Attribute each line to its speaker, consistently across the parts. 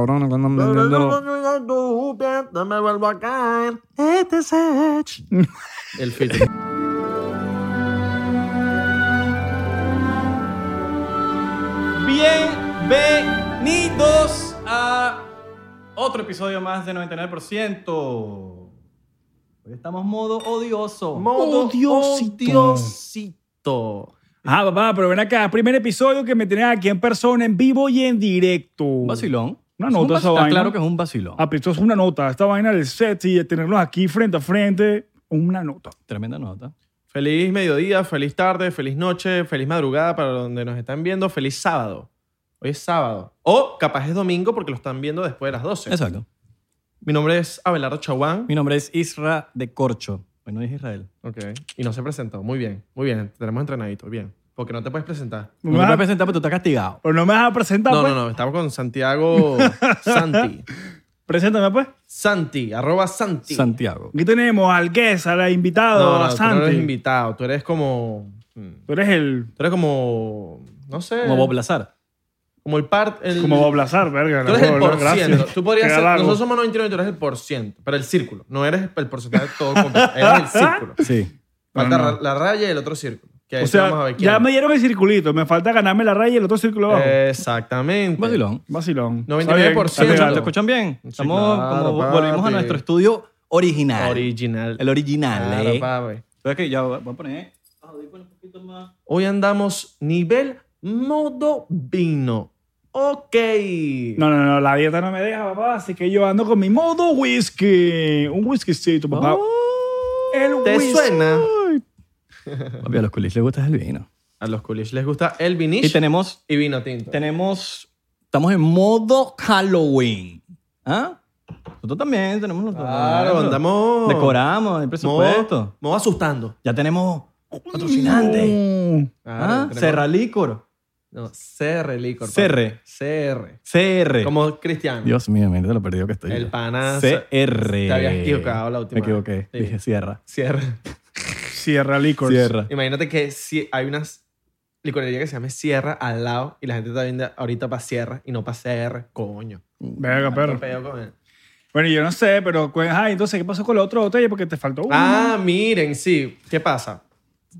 Speaker 1: cabrona que andan vendiendo.
Speaker 2: No me vuelvo a caer. Este El filtro.
Speaker 3: Bienvenidos a otro episodio más de 99%. Hoy estamos modo odioso.
Speaker 2: Modo
Speaker 1: Odiosito.
Speaker 2: odiosito.
Speaker 1: Ah, papá, pero ven acá. Primer episodio que me tenías aquí en persona, en vivo y en directo.
Speaker 3: Un vacilón.
Speaker 1: Una
Speaker 3: Es un
Speaker 1: nota esa
Speaker 3: vacilón. Está
Speaker 1: vaina.
Speaker 3: claro que es un vacilón.
Speaker 1: Ah, pero esto es una nota. Esta vaina del set y de tenerlos aquí frente a frente, una nota.
Speaker 3: Tremenda nota.
Speaker 2: Feliz mediodía, feliz tarde, feliz noche, feliz madrugada para donde nos están viendo. Feliz sábado. Hoy es sábado. O capaz es domingo porque lo están viendo después de las 12.
Speaker 3: Exacto.
Speaker 2: Mi nombre es Abelardo Chaguán.
Speaker 3: Mi nombre es Isra de Corcho. Hoy no dije Israel.
Speaker 2: Ok. Y no se presentó. Muy bien, muy bien. Tenemos entrenadito. Bien. Porque no te puedes presentar.
Speaker 3: No me
Speaker 1: Ah.
Speaker 3: voy a presentar porque tú estás castigado.
Speaker 1: Pero no me vas a presentar,
Speaker 2: No,
Speaker 1: pues.
Speaker 2: no, no. Estamos con Santiago Santi.
Speaker 1: Preséntame, pues.
Speaker 2: Santi, arroba Santi.
Speaker 3: Santiago.
Speaker 1: Aquí tenemos al guest, al invitado,
Speaker 2: No, no,
Speaker 1: a
Speaker 2: tú
Speaker 1: Santi.
Speaker 2: no eres invitado. Tú eres como... mm,
Speaker 1: Tú eres el.
Speaker 2: Tú eres como... No sé.
Speaker 3: Como Bob Lazar.
Speaker 2: Como el part... El,
Speaker 1: Como Bob Lazar, verga.
Speaker 2: Tú eres el
Speaker 1: huevo,
Speaker 2: por ciento.
Speaker 1: gracias.
Speaker 2: Tú podrías
Speaker 1: Qué
Speaker 2: ser...
Speaker 1: halago.
Speaker 2: Nosotros somos 99 y tú eres el por ciento. Pero el círculo. No eres el porcentaje de todo. completo, eres el círculo.
Speaker 3: Sí.
Speaker 2: Falta
Speaker 1: No, no.
Speaker 2: ra- la raya y el otro círculo. Que ahí
Speaker 1: O sea,
Speaker 2: vamos a ver quién
Speaker 1: ya
Speaker 2: es.
Speaker 1: me dieron el circulito. Me falta ganarme la raya y el otro círculo abajo.
Speaker 2: Eh, Exactamente.
Speaker 3: Vacilón.
Speaker 1: Vacilón. Está
Speaker 2: 99%.
Speaker 1: bien, está
Speaker 3: ¿Lo
Speaker 1: bien.
Speaker 3: escuchan bien?
Speaker 2: Sí,
Speaker 3: Estamos
Speaker 2: claro,
Speaker 3: como
Speaker 2: papi.
Speaker 3: volvimos a nuestro estudio original.
Speaker 2: Original.
Speaker 3: el original,
Speaker 2: Claro,
Speaker 3: ¿eh?
Speaker 2: papi.
Speaker 3: Espera que ya voy a poner eh. los audífonos un poquito más.
Speaker 2: Hoy andamos nivel modo vino. Ok.
Speaker 1: No, no, no, la dieta no me deja, papá. Así que yo ando con mi modo whisky. Un whiskycito,
Speaker 3: Oh.
Speaker 1: papá. el
Speaker 2: ¿Te
Speaker 1: whisky.
Speaker 2: suena?
Speaker 3: Papi, a los culis les gusta el vino.
Speaker 2: A los coolish les gusta el
Speaker 3: Y
Speaker 2: vinish y,
Speaker 3: tenemos,
Speaker 2: vino tinto.
Speaker 3: tenemos, estamos en modo Halloween. ¿Ah? Nosotros también tenemos los
Speaker 2: Claro, andamos.
Speaker 3: Decoramos el presupuesto.
Speaker 2: Modo, modo asustando.
Speaker 3: Ya tenemos
Speaker 1: Mm.
Speaker 3: patrocinante. ¿Ah? Serra Licor.
Speaker 2: No, CR licor. papi.
Speaker 3: CR.
Speaker 2: CR.
Speaker 3: CR.
Speaker 2: Como Cristiano.
Speaker 3: Dios mío, mira lo perdido que estoy.
Speaker 2: El pana
Speaker 3: CR.
Speaker 2: te habías equivocado la última
Speaker 3: Me equivoqué.
Speaker 2: vez. Sí.
Speaker 3: Dije Sierra.
Speaker 2: Sierra.
Speaker 1: Sierra Liquors.
Speaker 3: Sierra.
Speaker 2: Imagínate que si hay unas licorería que se llama Sierra al lado y la gente está viendo ahorita para Sierra y no para CR. Coño.
Speaker 1: Venga, perro.
Speaker 2: Qué pedo con él.
Speaker 1: Bueno, yo no sé, pero. pues, Ay, entonces, ¿qué pasó con la otra botella? Porque te faltó una.
Speaker 2: Ah, miren, sí. ¿Qué pasa?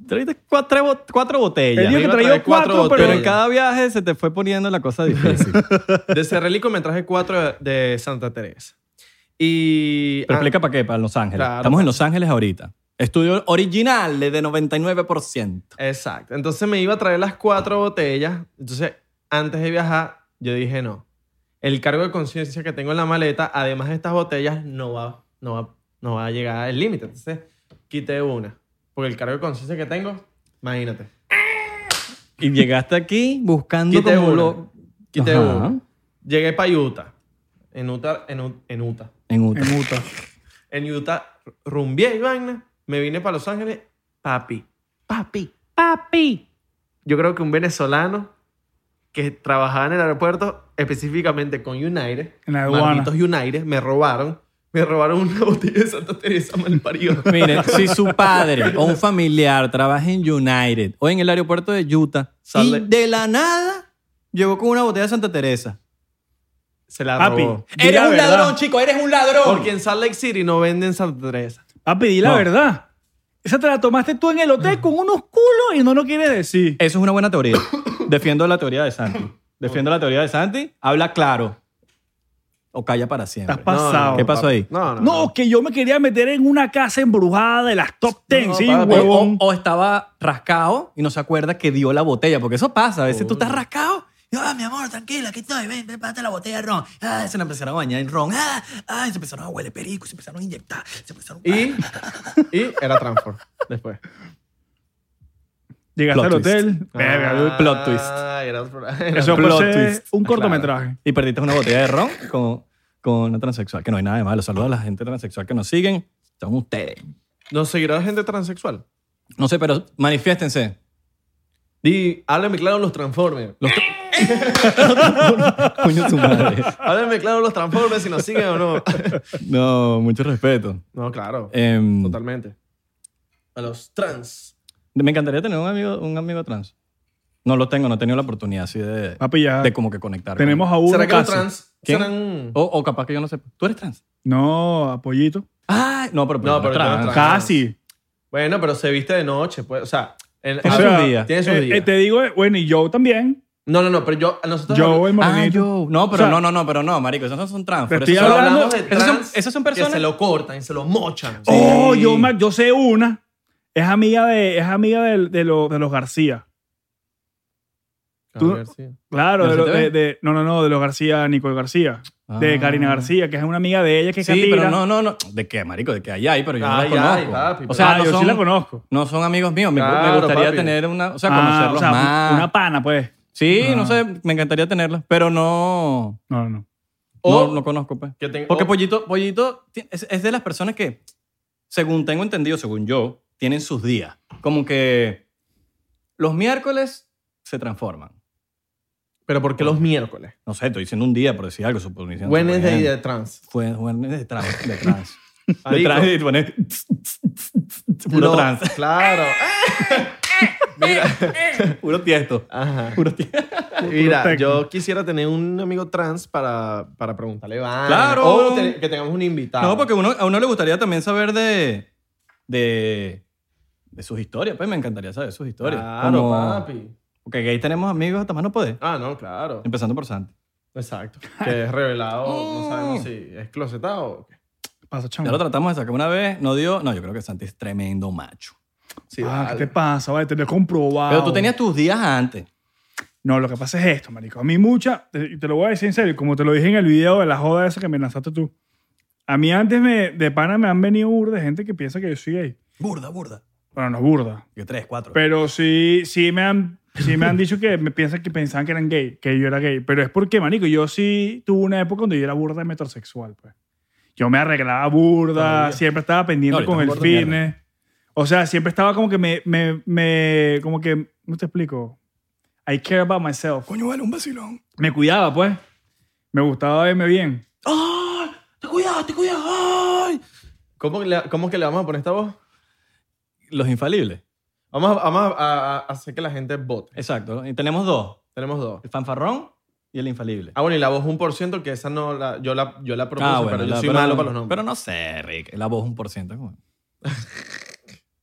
Speaker 3: Trajiste cuatro, bo- cuatro botellas.
Speaker 1: Él dijo
Speaker 2: me
Speaker 1: que
Speaker 2: iba a
Speaker 1: traía
Speaker 2: traer cuatro
Speaker 1: cuatro,
Speaker 3: Pero
Speaker 1: pero.
Speaker 3: en
Speaker 2: botellas.
Speaker 3: cada viaje se te fue poniendo la cosa difícil.
Speaker 2: De Cerrelico me traje cuatro de Santa Teresa. Y.
Speaker 3: Pero
Speaker 2: ah,
Speaker 3: explica para qué, para Los Ángeles.
Speaker 2: Claro.
Speaker 3: Estamos en Los Ángeles ahorita. Estudio original de 99%.
Speaker 2: Exacto. Entonces me iba a traer las cuatro botellas. Entonces, antes de viajar, yo dije no. El cargo de conciencia que tengo en la maleta, además de estas botellas, no va, no va, no va a llegar al límite. Entonces, quité una. Porque el cargo de conciencia que tengo, imagínate.
Speaker 3: Y llegaste aquí buscando
Speaker 2: Quité
Speaker 3: como
Speaker 2: una.
Speaker 3: lo-
Speaker 2: Quité
Speaker 3: Ajá.
Speaker 2: una. Llegué para Utah. En Utah, en, U- en Utah.
Speaker 3: En Utah.
Speaker 1: En Utah.
Speaker 2: En Utah rumbié y vaina. Me vine para Los Ángeles. Papi. Papi. Papi. Yo creo que un venezolano que trabajaba en el aeropuerto, específicamente con United,
Speaker 1: En la aduana.
Speaker 2: malditos United, me robaron. Me robaron una botella de Santa Teresa malparido.
Speaker 3: Miren, si su padre o un familiar trabaja en United o en el aeropuerto de Utah
Speaker 2: Sale.
Speaker 3: y de la nada llegó con una botella de Santa Teresa.
Speaker 2: Se la
Speaker 1: Papi.
Speaker 2: robó.
Speaker 1: Di la verdad.
Speaker 3: chico, eres un ladrón.
Speaker 2: Porque en Salt Lake City no venden Santa Teresa.
Speaker 1: Papi, di la
Speaker 3: No.
Speaker 1: verdad. Esa te la tomaste tú en el hotel con unos culos y no lo quieres decir.
Speaker 3: Eso es una buena teoría. Defiendo la teoría de Santi. Defiendo la teoría de Santi. Habla claro. O calla para siempre.
Speaker 1: Estás pasado.
Speaker 3: ¿Qué pasó
Speaker 2: papi.
Speaker 3: ahí?
Speaker 2: No, no.
Speaker 1: No, que yo me quería meter en una casa embrujada de las top ten,
Speaker 2: No,
Speaker 1: sí,
Speaker 2: papi.
Speaker 1: huevón.
Speaker 3: O, o estaba rascado y no se acuerda que dio la botella, porque eso pasa. A veces tú estás rascado. y, Ah, mi amor, tranquila, aquí estoy. Ven, prepárate la botella de ron. Ah, se la empezaron a bañar en ron. Ah, ah, se empezaron a huele perico, se empezaron a inyectar. Se empezaron a...
Speaker 2: Y, y era Transform después.
Speaker 1: Llegaste
Speaker 3: Plot
Speaker 1: al
Speaker 3: twist.
Speaker 1: hotel. Verga,
Speaker 2: Ah,
Speaker 3: plot twist.
Speaker 2: Era, era-
Speaker 1: Eso
Speaker 3: plot
Speaker 1: fue
Speaker 3: twist.
Speaker 1: un cortometraje.
Speaker 3: Y perdiste una botella de ron con, con una transexual, que no hay nada de malo. Saludos a la gente transexual que nos siguen. Son ustedes.
Speaker 2: ¿Nos seguirá gente transexual?
Speaker 3: No sé, pero manifiéstense.
Speaker 2: Di, háblame claro los Transformers.
Speaker 3: Coño, su madre.
Speaker 2: Háblame claro los Transformers si nos siguen o no.
Speaker 3: No, mucho respeto.
Speaker 2: No, claro.
Speaker 3: Em,
Speaker 2: Totalmente. A los trans.
Speaker 3: me encantaría tener un amigo, un amigo trans. No lo tengo, no he tenido la oportunidad así de,
Speaker 1: Papi, ya
Speaker 3: de como que conectar. con-
Speaker 1: tenemos a uno
Speaker 2: ¿Será que los
Speaker 1: casi.
Speaker 2: trans
Speaker 3: ¿Quién?
Speaker 2: serán...?
Speaker 3: O, o capaz que yo no sepa. ¿Tú eres trans?
Speaker 1: No, apoyito.
Speaker 3: Ah, no, pero,
Speaker 2: No, pero yo no trans.
Speaker 1: Casi.
Speaker 2: Bueno, pero se viste de noche, pues. O sea, en-
Speaker 3: Tiene
Speaker 1: O
Speaker 2: ah,
Speaker 1: sea,
Speaker 3: sus días.
Speaker 2: tiene sus
Speaker 1: Eh,
Speaker 2: días.
Speaker 1: eh,
Speaker 3: este-
Speaker 1: te digo, eh, bueno, y yo también.
Speaker 2: No, no, no, pero yo... Nosotros
Speaker 1: Yo, el
Speaker 3: Ah,
Speaker 1: morenito.
Speaker 3: yo. No, pero
Speaker 1: O sea,
Speaker 3: no, no, no, pero no, marico. Esos no son trans.
Speaker 1: Te
Speaker 3: pero
Speaker 1: estoy
Speaker 3: esos son-
Speaker 2: hablamos,
Speaker 1: hablando-
Speaker 2: de
Speaker 3: esos
Speaker 2: trans
Speaker 3: son- esos son personas-
Speaker 2: que se lo cortan y se lo mochan.
Speaker 1: Oh,
Speaker 3: Sí.
Speaker 1: yo, me- yo sé una. Es amiga de, es amiga del- de, lo- de los García. tú-
Speaker 2: A ver, sí.
Speaker 1: Claro, de,
Speaker 3: ¿Del
Speaker 1: lo-
Speaker 3: CTV?
Speaker 1: de- de- no, no, no, de los García, Nicole García. De
Speaker 3: Ah.
Speaker 1: Karina García, que es una amiga de ella que es
Speaker 3: Sí,
Speaker 1: catira.
Speaker 3: pero no, no, no. ¿De qué, marico? De que ahí hay, pero yo no
Speaker 2: Ay,
Speaker 3: los
Speaker 2: ay,
Speaker 3: conozco.
Speaker 2: papi,
Speaker 3: o sea,
Speaker 1: Ah,
Speaker 3: no
Speaker 1: yo
Speaker 3: son,
Speaker 1: sí la conozco.
Speaker 3: no son amigos míos. Me, me
Speaker 2: Claro,
Speaker 3: gustaría
Speaker 2: papi.
Speaker 3: tener una. O sea,
Speaker 1: Ah,
Speaker 3: conocerlos
Speaker 1: o sea,
Speaker 3: más.
Speaker 1: una pana, pues.
Speaker 3: Sí,
Speaker 1: Ah.
Speaker 3: no sé, me encantaría tenerlos, pero no.
Speaker 1: No, no, no.
Speaker 2: O-
Speaker 3: no, no conozco, pues.
Speaker 2: Que tenga-
Speaker 3: Porque
Speaker 2: o-
Speaker 3: Pollito, Pollito ti- es, es de las personas que, según tengo entendido, según yo, tienen sus días. Como que los miércoles se transforman.
Speaker 2: Pero ¿por qué los miércoles?
Speaker 3: No sé, estoy diciendo un día por decir algo, supongo.
Speaker 2: Wednesday de trans.
Speaker 3: Fue Wednesday de trans. De trans. de
Speaker 2: Marico.
Speaker 3: trans y poner puro
Speaker 2: Lo-
Speaker 3: trans.
Speaker 2: Claro. Mira,
Speaker 3: Puro tiesto.
Speaker 2: ajá.
Speaker 3: Puro tiesto.
Speaker 2: Mira,
Speaker 1: técnico.
Speaker 2: yo quisiera tener un amigo trans para, para preguntarle vainas.
Speaker 3: Claro.
Speaker 2: O te- que tengamos un invitado.
Speaker 3: No, porque uno, a uno le gustaría también saber de, de, de sus historias. Pues me encantaría saber sus historias.
Speaker 2: Claro,
Speaker 3: Como-
Speaker 2: papi.
Speaker 3: Porque ahí tenemos amigos hasta más no poder.
Speaker 2: Ah, no, claro.
Speaker 3: Empezando por Santi.
Speaker 2: Exacto. Que es revelado, no sabemos
Speaker 3: Em- Mm.
Speaker 2: si es closetado o qué.
Speaker 1: Pasa,
Speaker 3: Ya lo
Speaker 1: chamo.
Speaker 3: tratamos de sacar una vez, no dio. No, yo creo que Santi es tremendo macho.
Speaker 2: Sí,
Speaker 1: Ah, ¿qué te
Speaker 2: dale.
Speaker 1: pasa? Vale, te lo he comprobado.
Speaker 3: Pero tú tenías tus días antes.
Speaker 1: No, lo que pasa es esto, marico. A mí mucha, te, te lo voy a decir en serio, como te lo dije en el video de la joda esa que me lanzaste tú. A mí antes me, de pana me han venido burda de gente que piensa que yo soy gay.
Speaker 3: Burda, burda.
Speaker 1: Bueno, no es burda.
Speaker 3: Yo tres, cuatro.
Speaker 1: Pero sí, sí me han, sí me han dicho que me piensan que pensaban que eran gay, que yo era gay. Pero es porque, marico, yo sí tuve una época donde yo era burda de metrosexual, pues. Yo me arreglaba burda,
Speaker 2: Todavía.
Speaker 1: siempre estaba pendiente
Speaker 3: No,
Speaker 1: con el
Speaker 3: ahorita es un gordo de
Speaker 1: fitness. O sea, siempre estaba como que me, me, me, como que, ¿cómo te explico? I care about myself.
Speaker 3: Coño, vale, un vacilón.
Speaker 1: Me cuidaba, pues. Me gustaba verme bien.
Speaker 3: ¡Ay! ¡Te cuidado, te cuidado! ¡Ay!
Speaker 2: ¿Cómo, le, ¿Cómo que le vamos a poner esta voz?
Speaker 3: Los infalibles.
Speaker 2: Vamos, a, vamos a- a- a hacer que la gente vote.
Speaker 3: Exacto. Y tenemos dos:
Speaker 2: Tenemos dos.
Speaker 3: el fanfarrón y el infalible. Ah,
Speaker 2: Ah, bueno, y la voz 1%, que esa no la, yo la, yo la propuse, pero yo
Speaker 3: la-
Speaker 2: soy malo para los nombres.
Speaker 3: Pero no sé, Rick. La voz un por ciento. ¿cómo?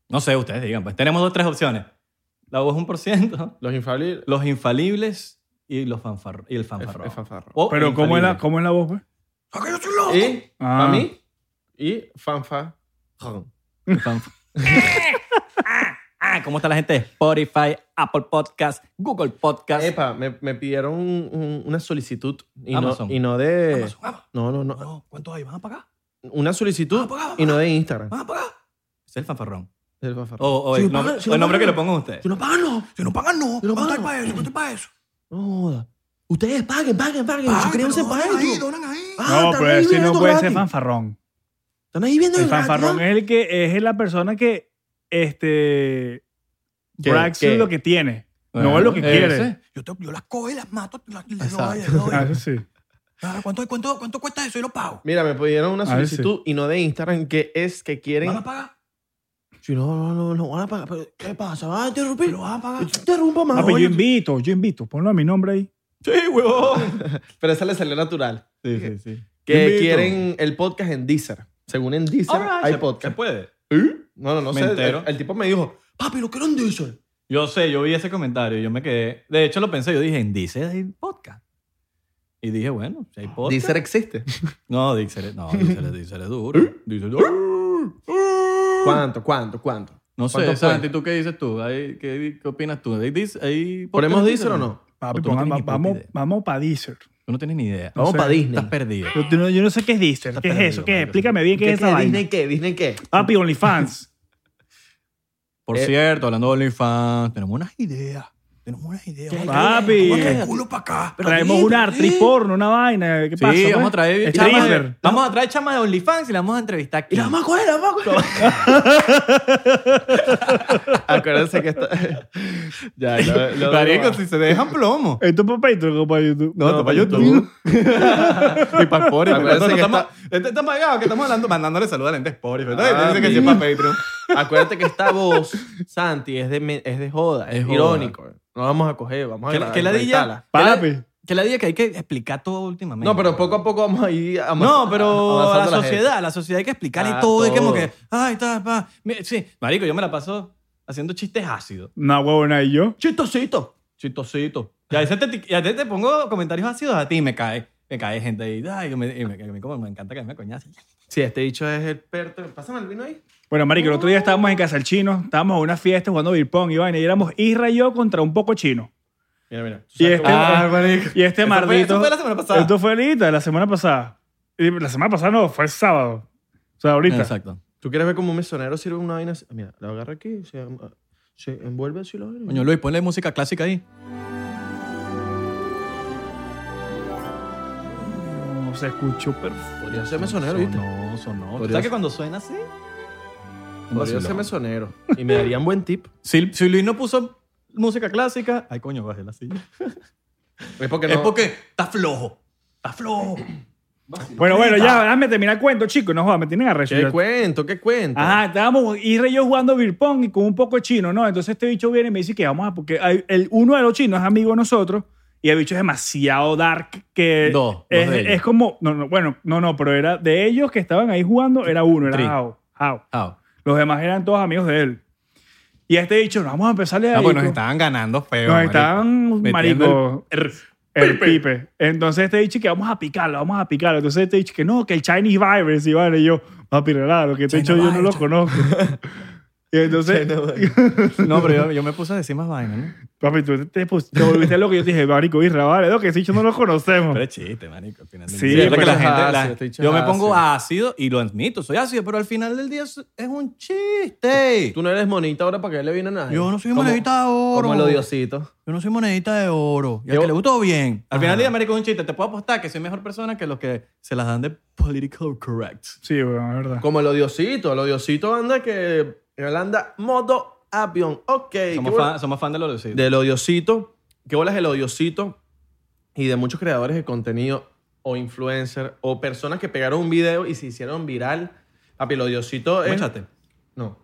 Speaker 3: no sé, ustedes digan. Pues tenemos dos, tres opciones. La voz un por ciento,
Speaker 2: Los infalibles.
Speaker 3: los infalibles y, los fanfar y el fanfarrón.
Speaker 2: Es fanfarrón.
Speaker 3: O
Speaker 1: Pero ¿cómo es, la,
Speaker 3: infalible. Eh,
Speaker 1: ¿cómo es la voz, pues?
Speaker 3: Oh.
Speaker 2: Y
Speaker 1: Ah.
Speaker 2: a mí y fanfarrón.
Speaker 3: El fanf- Ah, ah, ¿Cómo está la gente de Spotify, Apple Podcast, Google Podcast?
Speaker 2: Epa, me, me pidieron un- un- una solicitud y no,
Speaker 3: Amazon.
Speaker 2: y no de...
Speaker 3: Amazon, Amazon.
Speaker 2: No, no, eh. no.
Speaker 3: No, ¿Cuántos hay? ¿Van a pagar?
Speaker 2: Una solicitud
Speaker 3: Ah, paga,
Speaker 2: y no de Instagram.
Speaker 3: ¿Van a pagar? Es el fanfarrón.
Speaker 2: Del fanfarrón.
Speaker 3: O, o
Speaker 2: Si
Speaker 3: el,
Speaker 2: no
Speaker 3: nombre,
Speaker 2: pagan, si
Speaker 3: o el
Speaker 2: no
Speaker 3: nombre que
Speaker 2: pagan.
Speaker 3: le pongan ustedes.
Speaker 2: Si no pagan, no.
Speaker 3: Si no pagan, no.
Speaker 2: Si no pagan, no.
Speaker 3: eso? ¿Cuánto hay para eso?
Speaker 2: No joda. Ustedes paguen, paguen, paguen. Suscríbanse para esto.
Speaker 3: donan ahí.
Speaker 2: Ah,
Speaker 1: no,
Speaker 2: también
Speaker 1: pero ese
Speaker 2: viene
Speaker 1: no
Speaker 2: esto
Speaker 1: puede
Speaker 2: gratis.
Speaker 1: ser fanfarrón.
Speaker 2: Están ahí viendo
Speaker 1: El
Speaker 2: gratis,
Speaker 1: fanfarrón
Speaker 2: ¿no?
Speaker 1: es el que es la persona que este
Speaker 2: ¿Qué?
Speaker 1: Braxton
Speaker 2: ¿Qué?
Speaker 1: lo que tiene. no es lo que
Speaker 3: Ese.
Speaker 1: quiere.
Speaker 3: Yo, te- yo las cojo y las mato, las les doy,
Speaker 2: Exacto.
Speaker 3: les doy.
Speaker 1: Ah, eso sí.
Speaker 3: Ah, ¿Cuánto, cuánto, ¿Cuánto cuesta eso? Yo lo pago.
Speaker 2: Mira, me pidieron una
Speaker 1: A ver,
Speaker 2: solicitud y no de Instagram que es que quieren...
Speaker 3: ¿Van a pagar?
Speaker 2: Si no, no, no, no van a pagar. Pero, ¿Qué pasa? ¿Van a interrumpir?
Speaker 3: ¿Lo van a pagar?
Speaker 2: Interrumpa más.
Speaker 1: Ah, pero yo
Speaker 2: oye.
Speaker 1: invito, yo invito. Ponlo a mi nombre ahí.
Speaker 3: Sí, huevón.
Speaker 2: Pero esa le salió natural.
Speaker 3: Sí, sí, sí.
Speaker 2: Que
Speaker 3: Invito.
Speaker 2: quieren el podcast en Deezer. Según en Deezer
Speaker 3: Alright,
Speaker 2: hay
Speaker 3: se-
Speaker 2: podcast.
Speaker 3: Se puede.
Speaker 2: No, no, no
Speaker 3: Me
Speaker 2: sé.
Speaker 3: entero.
Speaker 2: El, el tipo me dijo, papi, lo quiero en Deezer.
Speaker 3: Yo sé, yo vi ese comentario y yo me quedé. De hecho, lo pensé. Yo dije, en Deezer hay podcast. Y dije, bueno, si hay podcast.
Speaker 2: Deezer existe.
Speaker 3: No, Deezer es, no, Deezer es, Deezer es duro. Deezer es duro.
Speaker 2: ¿Cuánto, cuánto, cuánto?
Speaker 3: No sé,
Speaker 2: ¿Cuánto
Speaker 3: Santi, ¿tú qué dices tú? ¿Hay- ¿Qué, qué opinas tú? ¿Hay dis- hay podcast
Speaker 2: ¿Ponemos
Speaker 3: en
Speaker 2: Deezer o no?
Speaker 1: Papi,
Speaker 3: O tú no
Speaker 1: ponga-
Speaker 3: tienes
Speaker 1: va-
Speaker 3: ni puta
Speaker 1: vamos,
Speaker 3: idea.
Speaker 1: vamos para Deezer.
Speaker 3: Tú no tienes ni idea.
Speaker 2: Vamos
Speaker 1: sé.
Speaker 2: para
Speaker 3: Estás
Speaker 2: Disney.
Speaker 3: perdido.
Speaker 1: Yo, yo no- yo no sé qué es Deezer.
Speaker 3: Está
Speaker 1: ¿Qué es
Speaker 3: perdido,
Speaker 1: eso? ¿Qué es?
Speaker 3: marico.
Speaker 1: Explícame bien qué es esa vaina.
Speaker 2: ¿Disney qué? ¿Disney qué?
Speaker 1: Papi, OnlyFans.
Speaker 3: Por
Speaker 2: Eh.
Speaker 3: cierto, hablando de OnlyFans, tenemos unas ideas. Tenemos unas ideas.
Speaker 2: ¿Qué?
Speaker 1: Papi.
Speaker 3: Vamos a traer el culo para acá. Pero
Speaker 1: Traemos
Speaker 3: sí,
Speaker 1: una
Speaker 3: pero
Speaker 1: actriz
Speaker 3: sí.
Speaker 1: porno, una vaina. ¿Qué
Speaker 3: Sí,
Speaker 1: pasa? pues?
Speaker 3: vamos a traer chamas de,
Speaker 1: Stripper.
Speaker 3: vamos a traer chamas de OnlyFans y las vamos a entrevistar aquí.
Speaker 2: a coger, la vamos a Acuérdense que esto... ya, lo, lo-
Speaker 3: Marico, si se dejan plomo.
Speaker 1: ¿Esto es Eh, para Patreon o para YouTube?
Speaker 3: No, está
Speaker 2: para
Speaker 3: para
Speaker 2: YouTube.
Speaker 3: YouTube. y para Spotify.
Speaker 2: Acuérdense
Speaker 3: Nosotros
Speaker 2: que
Speaker 3: estamos, estamos pagados que estamos hablando, mandándole saludos a la gente de Spotify. Entonces,
Speaker 2: Ah,
Speaker 3: dice que sí es
Speaker 2: mira.
Speaker 3: para Patreon.
Speaker 2: Acuérdate que esta voz, Santi, es de, me- es de joda, es,
Speaker 3: Es joda.
Speaker 2: irónico. No vamos a coger, vamos a
Speaker 3: ¿Qué,
Speaker 2: grabar,
Speaker 3: qué ladilla?
Speaker 2: editarla.
Speaker 3: ¿Qué la-
Speaker 1: Papi.
Speaker 3: ¿Qué ladilla que hay que explicar todo últimamente?
Speaker 2: No, pero poco a poco vamos a ir amas-
Speaker 3: No, pero a la
Speaker 2: avanzando gente.
Speaker 3: sociedad, a la sociedad hay que explicarle
Speaker 2: Ah,
Speaker 3: todo. Es como
Speaker 2: todo.
Speaker 3: que, ay, está, pa. mi- Sí, marico, yo me la paso haciendo chistes ácidos.
Speaker 1: No, huevona, y yo.
Speaker 3: Chistosito. Chistosito. Y a veces te, y a veces te pongo comentarios ácidos a ti y me cae. Me cae gente ahí. Ay, me, y me, me- como me encanta que me coñazo.
Speaker 2: Sí, este dicho es experto. Pásame el vino ahí.
Speaker 1: Bueno, marico, el otro día estábamos en casa del chino, estábamos en una fiesta jugando beer pong y vaina, y éramos Isra y yo contra un poco chino.
Speaker 2: Mira, mira.
Speaker 1: Y este,
Speaker 3: Ah, marico.
Speaker 1: y este
Speaker 3: Eso fue-
Speaker 1: mardito...
Speaker 3: eso fue la semana pasada.
Speaker 1: Esto fue ahorita, la semana pasada. Y La semana pasada no, fue el sábado. O sea, ahorita.
Speaker 3: Exacto.
Speaker 2: ¿Tú quieres ver cómo un mesonero sirve una vaina así? Mira, la agarra aquí, se, se envuelve así la vaina.
Speaker 3: Coño, Luis, ponle música clásica ahí.
Speaker 1: No, se escuchó perfecto.
Speaker 2: Podría ser mesonero, ¿viste?
Speaker 3: Sonó, sonó.
Speaker 2: Podría
Speaker 3: ¿Sabes que
Speaker 2: ser.
Speaker 3: cuando suena así? Un
Speaker 2: Podría ser
Speaker 3: vacilón.
Speaker 2: mesonero. Y me darían buen tip.
Speaker 3: Si, si Luis no puso música clásica, ay coño, bajé la silla.
Speaker 2: Es porque
Speaker 3: Es porque está flojo. Está flojo.
Speaker 1: Bueno, bueno,
Speaker 3: Ah.
Speaker 1: ya, déjame terminar el cuento, chicos. No jodas, me tienen arrecho.
Speaker 2: ¿Qué Ah.
Speaker 1: Yo-
Speaker 2: cuento? ¿Qué cuento?
Speaker 1: Ajá, estábamos Isra y yo jugando beer pong y con un poco de chino, ¿no? Entonces este bicho viene y me dice que vamos a... Porque hay- el, uno de los chinos es amigo de nosotros y el bicho es demasiado dark que...
Speaker 3: Dos, dos
Speaker 1: es,
Speaker 3: de ellos.
Speaker 1: es como... No, no, bueno, no, no, pero era de ellos que estaban ahí jugando, era uno, era
Speaker 3: Tri.
Speaker 1: Jao. Jao.
Speaker 3: Ah,
Speaker 1: Los demás eran todos amigos de él. Y este bicho, no, vamos a empezarle a...
Speaker 3: ah, pues nos estaban ganando feo.
Speaker 1: Nos
Speaker 3: marico.
Speaker 1: estaban,
Speaker 3: Metiendo
Speaker 1: marico,
Speaker 3: el-
Speaker 1: el pipe. Entonces este dicho que vamos a picarlo, vamos a picarlo. Entonces este dicho que no, que el Chinese virus. Y vale, yo, papi, relaja, lo que te he hecho
Speaker 3: China
Speaker 1: yo no lo
Speaker 3: virus,
Speaker 1: conozco. y entonces,
Speaker 3: No, pero yo, yo me puse a decir más vainas, ¿no?
Speaker 1: papi, tú te, pus- te volviste loco. Yo te dije, marico, Isra, vale, lo que ese dicho no lo conocemos.
Speaker 3: Pero es chiste, marico. Al final del
Speaker 1: Sí,
Speaker 3: día. Es
Speaker 1: pero
Speaker 3: que la
Speaker 2: es
Speaker 3: gente,
Speaker 2: ácido,
Speaker 3: la-
Speaker 2: este dicho
Speaker 3: yo
Speaker 2: es
Speaker 3: me pongo
Speaker 2: ácido.
Speaker 3: ácido y lo admito, soy ácido, pero al final del día es, es un chiste.
Speaker 2: Tú no eres monita ahora para que le viene nada.
Speaker 3: Yo no soy monedita de oro.
Speaker 2: Como el odiosito.
Speaker 3: Yo no soy monedita de oro. Y al
Speaker 2: Yo-
Speaker 3: que le gustó bien. Al
Speaker 2: Ajá.
Speaker 3: final del día, marico, es un chiste. Te puedo apostar que soy mejor persona que los que se las dan de political correct.
Speaker 1: Sí, bueno, es verdad.
Speaker 2: Como el odiosito. El odiosito anda que... Él anda modo avión. Ok.
Speaker 3: Somos,
Speaker 2: qué bueno.
Speaker 3: fan, somos fan de los Luisitos.
Speaker 2: Del odiosito. ¿Qué bolas el odiosito? Y de muchos creadores de contenido o influencer o personas que pegaron un video y se hicieron viral. Papi, el odiosito
Speaker 3: ¿Cómo
Speaker 2: es...
Speaker 3: echaste?
Speaker 2: No.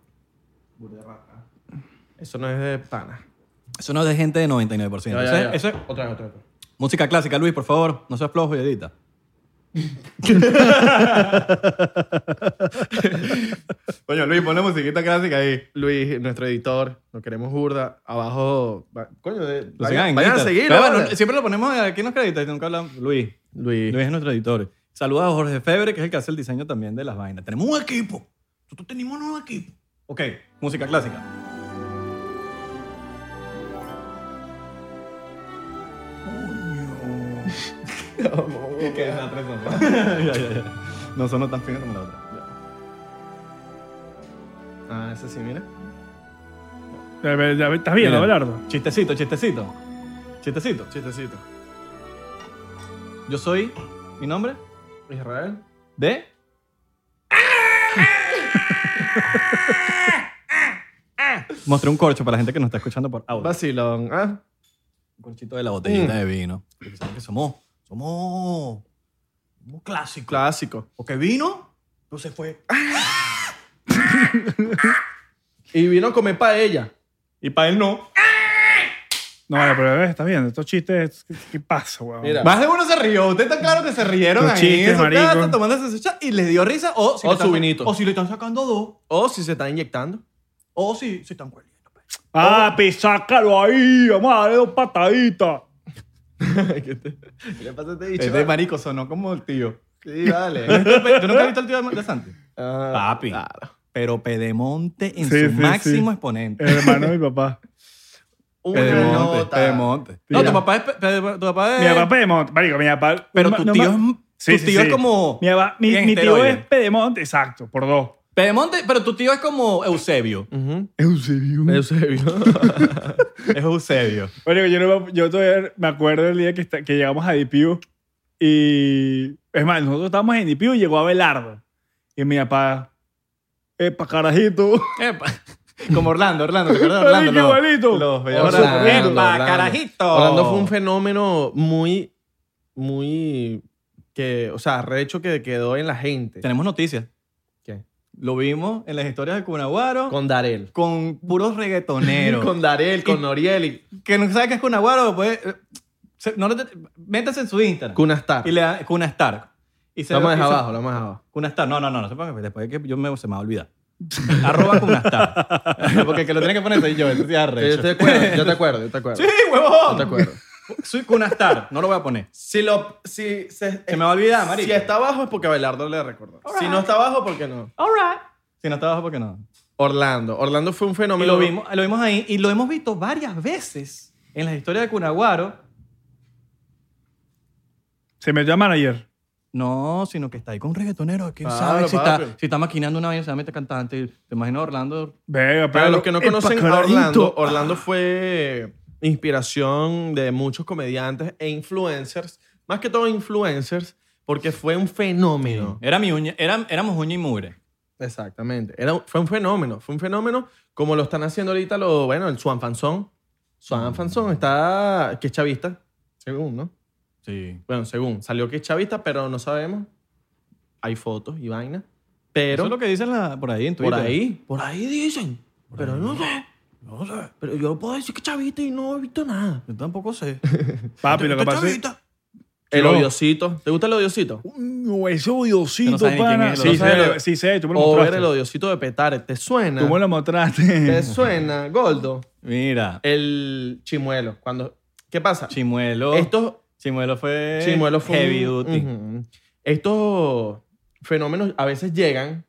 Speaker 2: Eso no es de pana.
Speaker 3: Eso no es de gente de 99%.
Speaker 2: Ya,
Speaker 3: Eso
Speaker 2: ya,
Speaker 3: es-
Speaker 2: ya.
Speaker 3: eso es
Speaker 2: Otra vez, otra vez.
Speaker 3: música clásica, Luis, por favor. No seas flojo y edita. Coño, Luis, pon la musiquita clásica ahí.
Speaker 2: Luis, nuestro editor, lo queremos burda. Abajo, va- coño, de,
Speaker 3: Lo
Speaker 2: vayan,
Speaker 3: sigan,
Speaker 2: vayan a
Speaker 3: edita.
Speaker 2: seguir.
Speaker 3: Pero
Speaker 2: ¿no?
Speaker 3: bueno, siempre lo ponemos aquí en los créditos y nunca hablamos. Luis.
Speaker 2: Luis,
Speaker 3: Luis es nuestro editor. Saluda a Jorge Febre, que es el que hace el diseño también de las vainas. Tenemos un equipo. Nosotros tenemos un equipo. Ok, música clásica. Que es la tres, ¿no? Ya, ya, ya. No sonó tan fino como la otra.
Speaker 2: Ah, ese sí, mira.
Speaker 1: Ya ve- ya ve- ¿Estás bien,
Speaker 3: Mira.
Speaker 1: Abelardo?
Speaker 3: Chistecito, chistecito. Chistecito.
Speaker 2: Chistecito.
Speaker 3: Yo soy. ¿Mi nombre?
Speaker 2: Israel.
Speaker 3: ¿De? Mostré un corcho para la gente que nos está escuchando por audio.
Speaker 2: Vacilón, ¿ah?
Speaker 3: Un corchito de la botellita de vino. Porque saben que somos. Somos. Somos clásicos.
Speaker 2: Clásico.
Speaker 3: Porque vino, no se fue.
Speaker 2: Y vino a comer paella.
Speaker 3: Y para él no.
Speaker 1: No, vale, pero ves, estás viendo. Estos chistes, ¿qué, qué pasa, weón?
Speaker 2: Mira.
Speaker 3: Más de uno se rió. Usted está claro que se rieron
Speaker 1: Los
Speaker 3: ahí.
Speaker 1: chistes,
Speaker 3: en su
Speaker 1: marico.
Speaker 3: casa, tomándose su chat y les dio risa. O, si
Speaker 2: O
Speaker 3: le están
Speaker 2: su
Speaker 3: sa-
Speaker 2: vinito.
Speaker 3: O si le están sacando dos.
Speaker 2: O si se está inyectando.
Speaker 3: O si se están cuelgando.
Speaker 1: Papi, sácalo ahí. Vamos a darle dos pataditas.
Speaker 2: ¿Qué, te- qué le pasa a este bicho?
Speaker 3: de marico sonó como el tío.
Speaker 2: Sí,
Speaker 3: ¿Tú
Speaker 2: vale.
Speaker 3: nunca has visto al tío de Santi?
Speaker 2: Ah,
Speaker 3: Papi.
Speaker 2: claro.
Speaker 3: Pero Pedemonte en
Speaker 1: Sí,
Speaker 3: su
Speaker 1: sí,
Speaker 3: máximo
Speaker 1: sí.
Speaker 3: exponente.
Speaker 1: El hermano de mi papá.
Speaker 2: Una
Speaker 3: Pedemonte.
Speaker 2: nota.
Speaker 3: Pedemonte.
Speaker 1: Mira.
Speaker 3: No, tu papá es. pe- pe- tu papá es-
Speaker 1: Mi papá es Pedemonte. Marico, mi papá.
Speaker 3: Pero
Speaker 1: no
Speaker 3: tu
Speaker 1: ma-
Speaker 3: tío es.
Speaker 1: Sí,
Speaker 3: tu
Speaker 1: sí,
Speaker 3: tío
Speaker 1: sí.
Speaker 3: es como.
Speaker 1: Mi, papá- mi-
Speaker 3: en
Speaker 1: mi tío
Speaker 3: esteroides.
Speaker 1: es Pedemonte, exacto, por dos.
Speaker 3: Pedemonte, pero tu tío es como Eusebio.
Speaker 2: Ujú.
Speaker 1: Eusebio.
Speaker 2: Eusebio.
Speaker 3: es Eusebio.
Speaker 1: Bueno, yo, no me- yo todavía me acuerdo el día que, está- que llegamos a DPU y... Es más, nosotros estábamos en DPU y llegó Abelardo. Y mi papá... ¡Epa, carajito!
Speaker 3: Epa. Como Orlando, Orlando, ¿te acuerdas de Orlando?
Speaker 1: Ay, qué
Speaker 3: Los-
Speaker 1: bonito.
Speaker 3: Los bellos
Speaker 1: Orlando,
Speaker 3: Orlando.
Speaker 1: Orlando,
Speaker 3: Epa, carajito.
Speaker 2: Orlando
Speaker 3: Oh.
Speaker 2: fue un fenómeno muy, muy, que, o sea, recho que quedó en la gente.
Speaker 3: Tenemos noticias.
Speaker 2: ¿Qué?
Speaker 3: Lo vimos en las historias de Cunaguaro con,
Speaker 2: Con Darel.
Speaker 3: puros reggaetoneros.
Speaker 2: Con Darel, con Noriel y
Speaker 3: Que no sabe qué es Cunaguaro, pues. eh, se- no le- métase en su Instagram.
Speaker 2: Kunastar.
Speaker 3: Y le da Cuna Stark. Y se
Speaker 2: Lo vamos a
Speaker 3: y
Speaker 2: dejar
Speaker 3: se-
Speaker 2: abajo, lo vamos a dejar abajo.
Speaker 3: Kunastar. No, no, no, no se ponga, pues, después que yo me, se me va a olvidar. Arroba Kunastar. Porque el que lo tiene que poner soy yo, entonces
Speaker 2: Que Yo
Speaker 3: arrecho.
Speaker 2: te acuerdo, yo te acuerdo, yo te acuerdo.
Speaker 3: Sí,
Speaker 2: Yo te
Speaker 3: huevón.
Speaker 2: acuerdo.
Speaker 3: Soy Kunastar, no lo voy a poner.
Speaker 2: Si lo. Si se,
Speaker 3: Se me va a olvidar, marico.
Speaker 2: Si está abajo es porque Abelardo le recordó. Si no está abajo, ¿por qué no?
Speaker 3: Si no está abajo, ¿por qué no?
Speaker 2: Orlando. Orlando fue un
Speaker 3: Y
Speaker 2: fenómeno.
Speaker 3: lo vimos, lo vimos ahí y lo hemos visto varias veces en las historias de Cunaguaro.
Speaker 1: Se metió a manager.
Speaker 3: No, sino que está ahí con un reggaetonero. ¿Quién
Speaker 2: Claro,
Speaker 3: sabe si
Speaker 2: papi.
Speaker 3: está, si está maquinando una vaina se va a meter cantante? Te imagino a Orlando.
Speaker 1: Venga,
Speaker 2: Para los que no conocen a Orlando,
Speaker 1: Epacaradito.
Speaker 2: Orlando fue inspiración de muchos comediantes e influencers, más que todo influencers, porque fue un fenómeno.
Speaker 3: Era mi uña, era- éramos uña y mugre.
Speaker 2: Exactamente. Era, un- fue un fenómeno, fue un fenómeno como lo están haciendo ahorita lo, bueno, el Swan Fanzón. Swan Fanzón está que es chavista, según, ¿no?
Speaker 3: Sí.
Speaker 2: Bueno, según, salió que es chavista, pero no sabemos. Hay fotos y vaina, pero
Speaker 3: Eso es lo que dicen la- por ahí en
Speaker 2: por
Speaker 3: Twitter.
Speaker 2: ahí, por ahí dicen, pero no sé. No sé, pero yo puedo decir que es chavista y no he visto nada.
Speaker 3: Yo tampoco sé.
Speaker 1: Papi, lo que pasa es...
Speaker 2: El
Speaker 1: Yo.
Speaker 2: odiosito. ¿Te gusta el odiosito?
Speaker 1: No, ese
Speaker 3: No
Speaker 1: odiosito,
Speaker 3: saben ni quién
Speaker 1: pana.
Speaker 3: es,
Speaker 1: sí,
Speaker 3: no
Speaker 1: sé,
Speaker 2: saben.
Speaker 1: sí sé, tú me lo
Speaker 2: O ver el
Speaker 1: mostraste.
Speaker 2: odiosito de Petare. ¿Te
Speaker 1: Tú me
Speaker 2: suena?
Speaker 1: lo mostraste.
Speaker 2: ¿Te suena, Goldo?
Speaker 3: Mira,
Speaker 2: El chimuelo. Cuando... ¿Qué pasa?
Speaker 3: Chimuelo.
Speaker 2: Estos...
Speaker 3: Chimuelo fue.
Speaker 2: Chimuelo fue un-
Speaker 3: Heavy duty.
Speaker 2: Ujú. Estos fenómenos a veces llegan...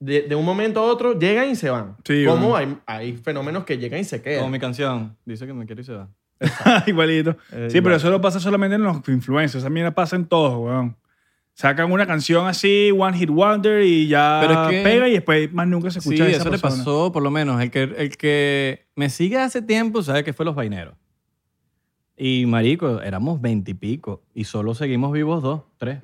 Speaker 2: De, de un momento a otro llegan y se van.
Speaker 1: Sí,
Speaker 2: Como
Speaker 1: bueno.
Speaker 2: hay, hay fenómenos que llegan y se
Speaker 3: Como
Speaker 2: quedan.
Speaker 3: mi canción. Dice que me quiere y se va.
Speaker 1: Igualito.
Speaker 2: Eh,
Speaker 1: Sí,
Speaker 2: igual.
Speaker 1: pero eso lo pasa solamente en los influencers. También la pasa en todos, weón. Sacan una canción así, One Hit Wonder, y ya
Speaker 3: Pero es que-
Speaker 1: pega y después más nunca se
Speaker 3: Sí,
Speaker 1: escucha de esa
Speaker 3: eso le
Speaker 1: persona.
Speaker 3: pasó, por lo menos. El que, el que me sigue hace tiempo sabe que fue Los Vaineros. Y marico, éramos veintipico y, solo seguimos vivos dos, tres.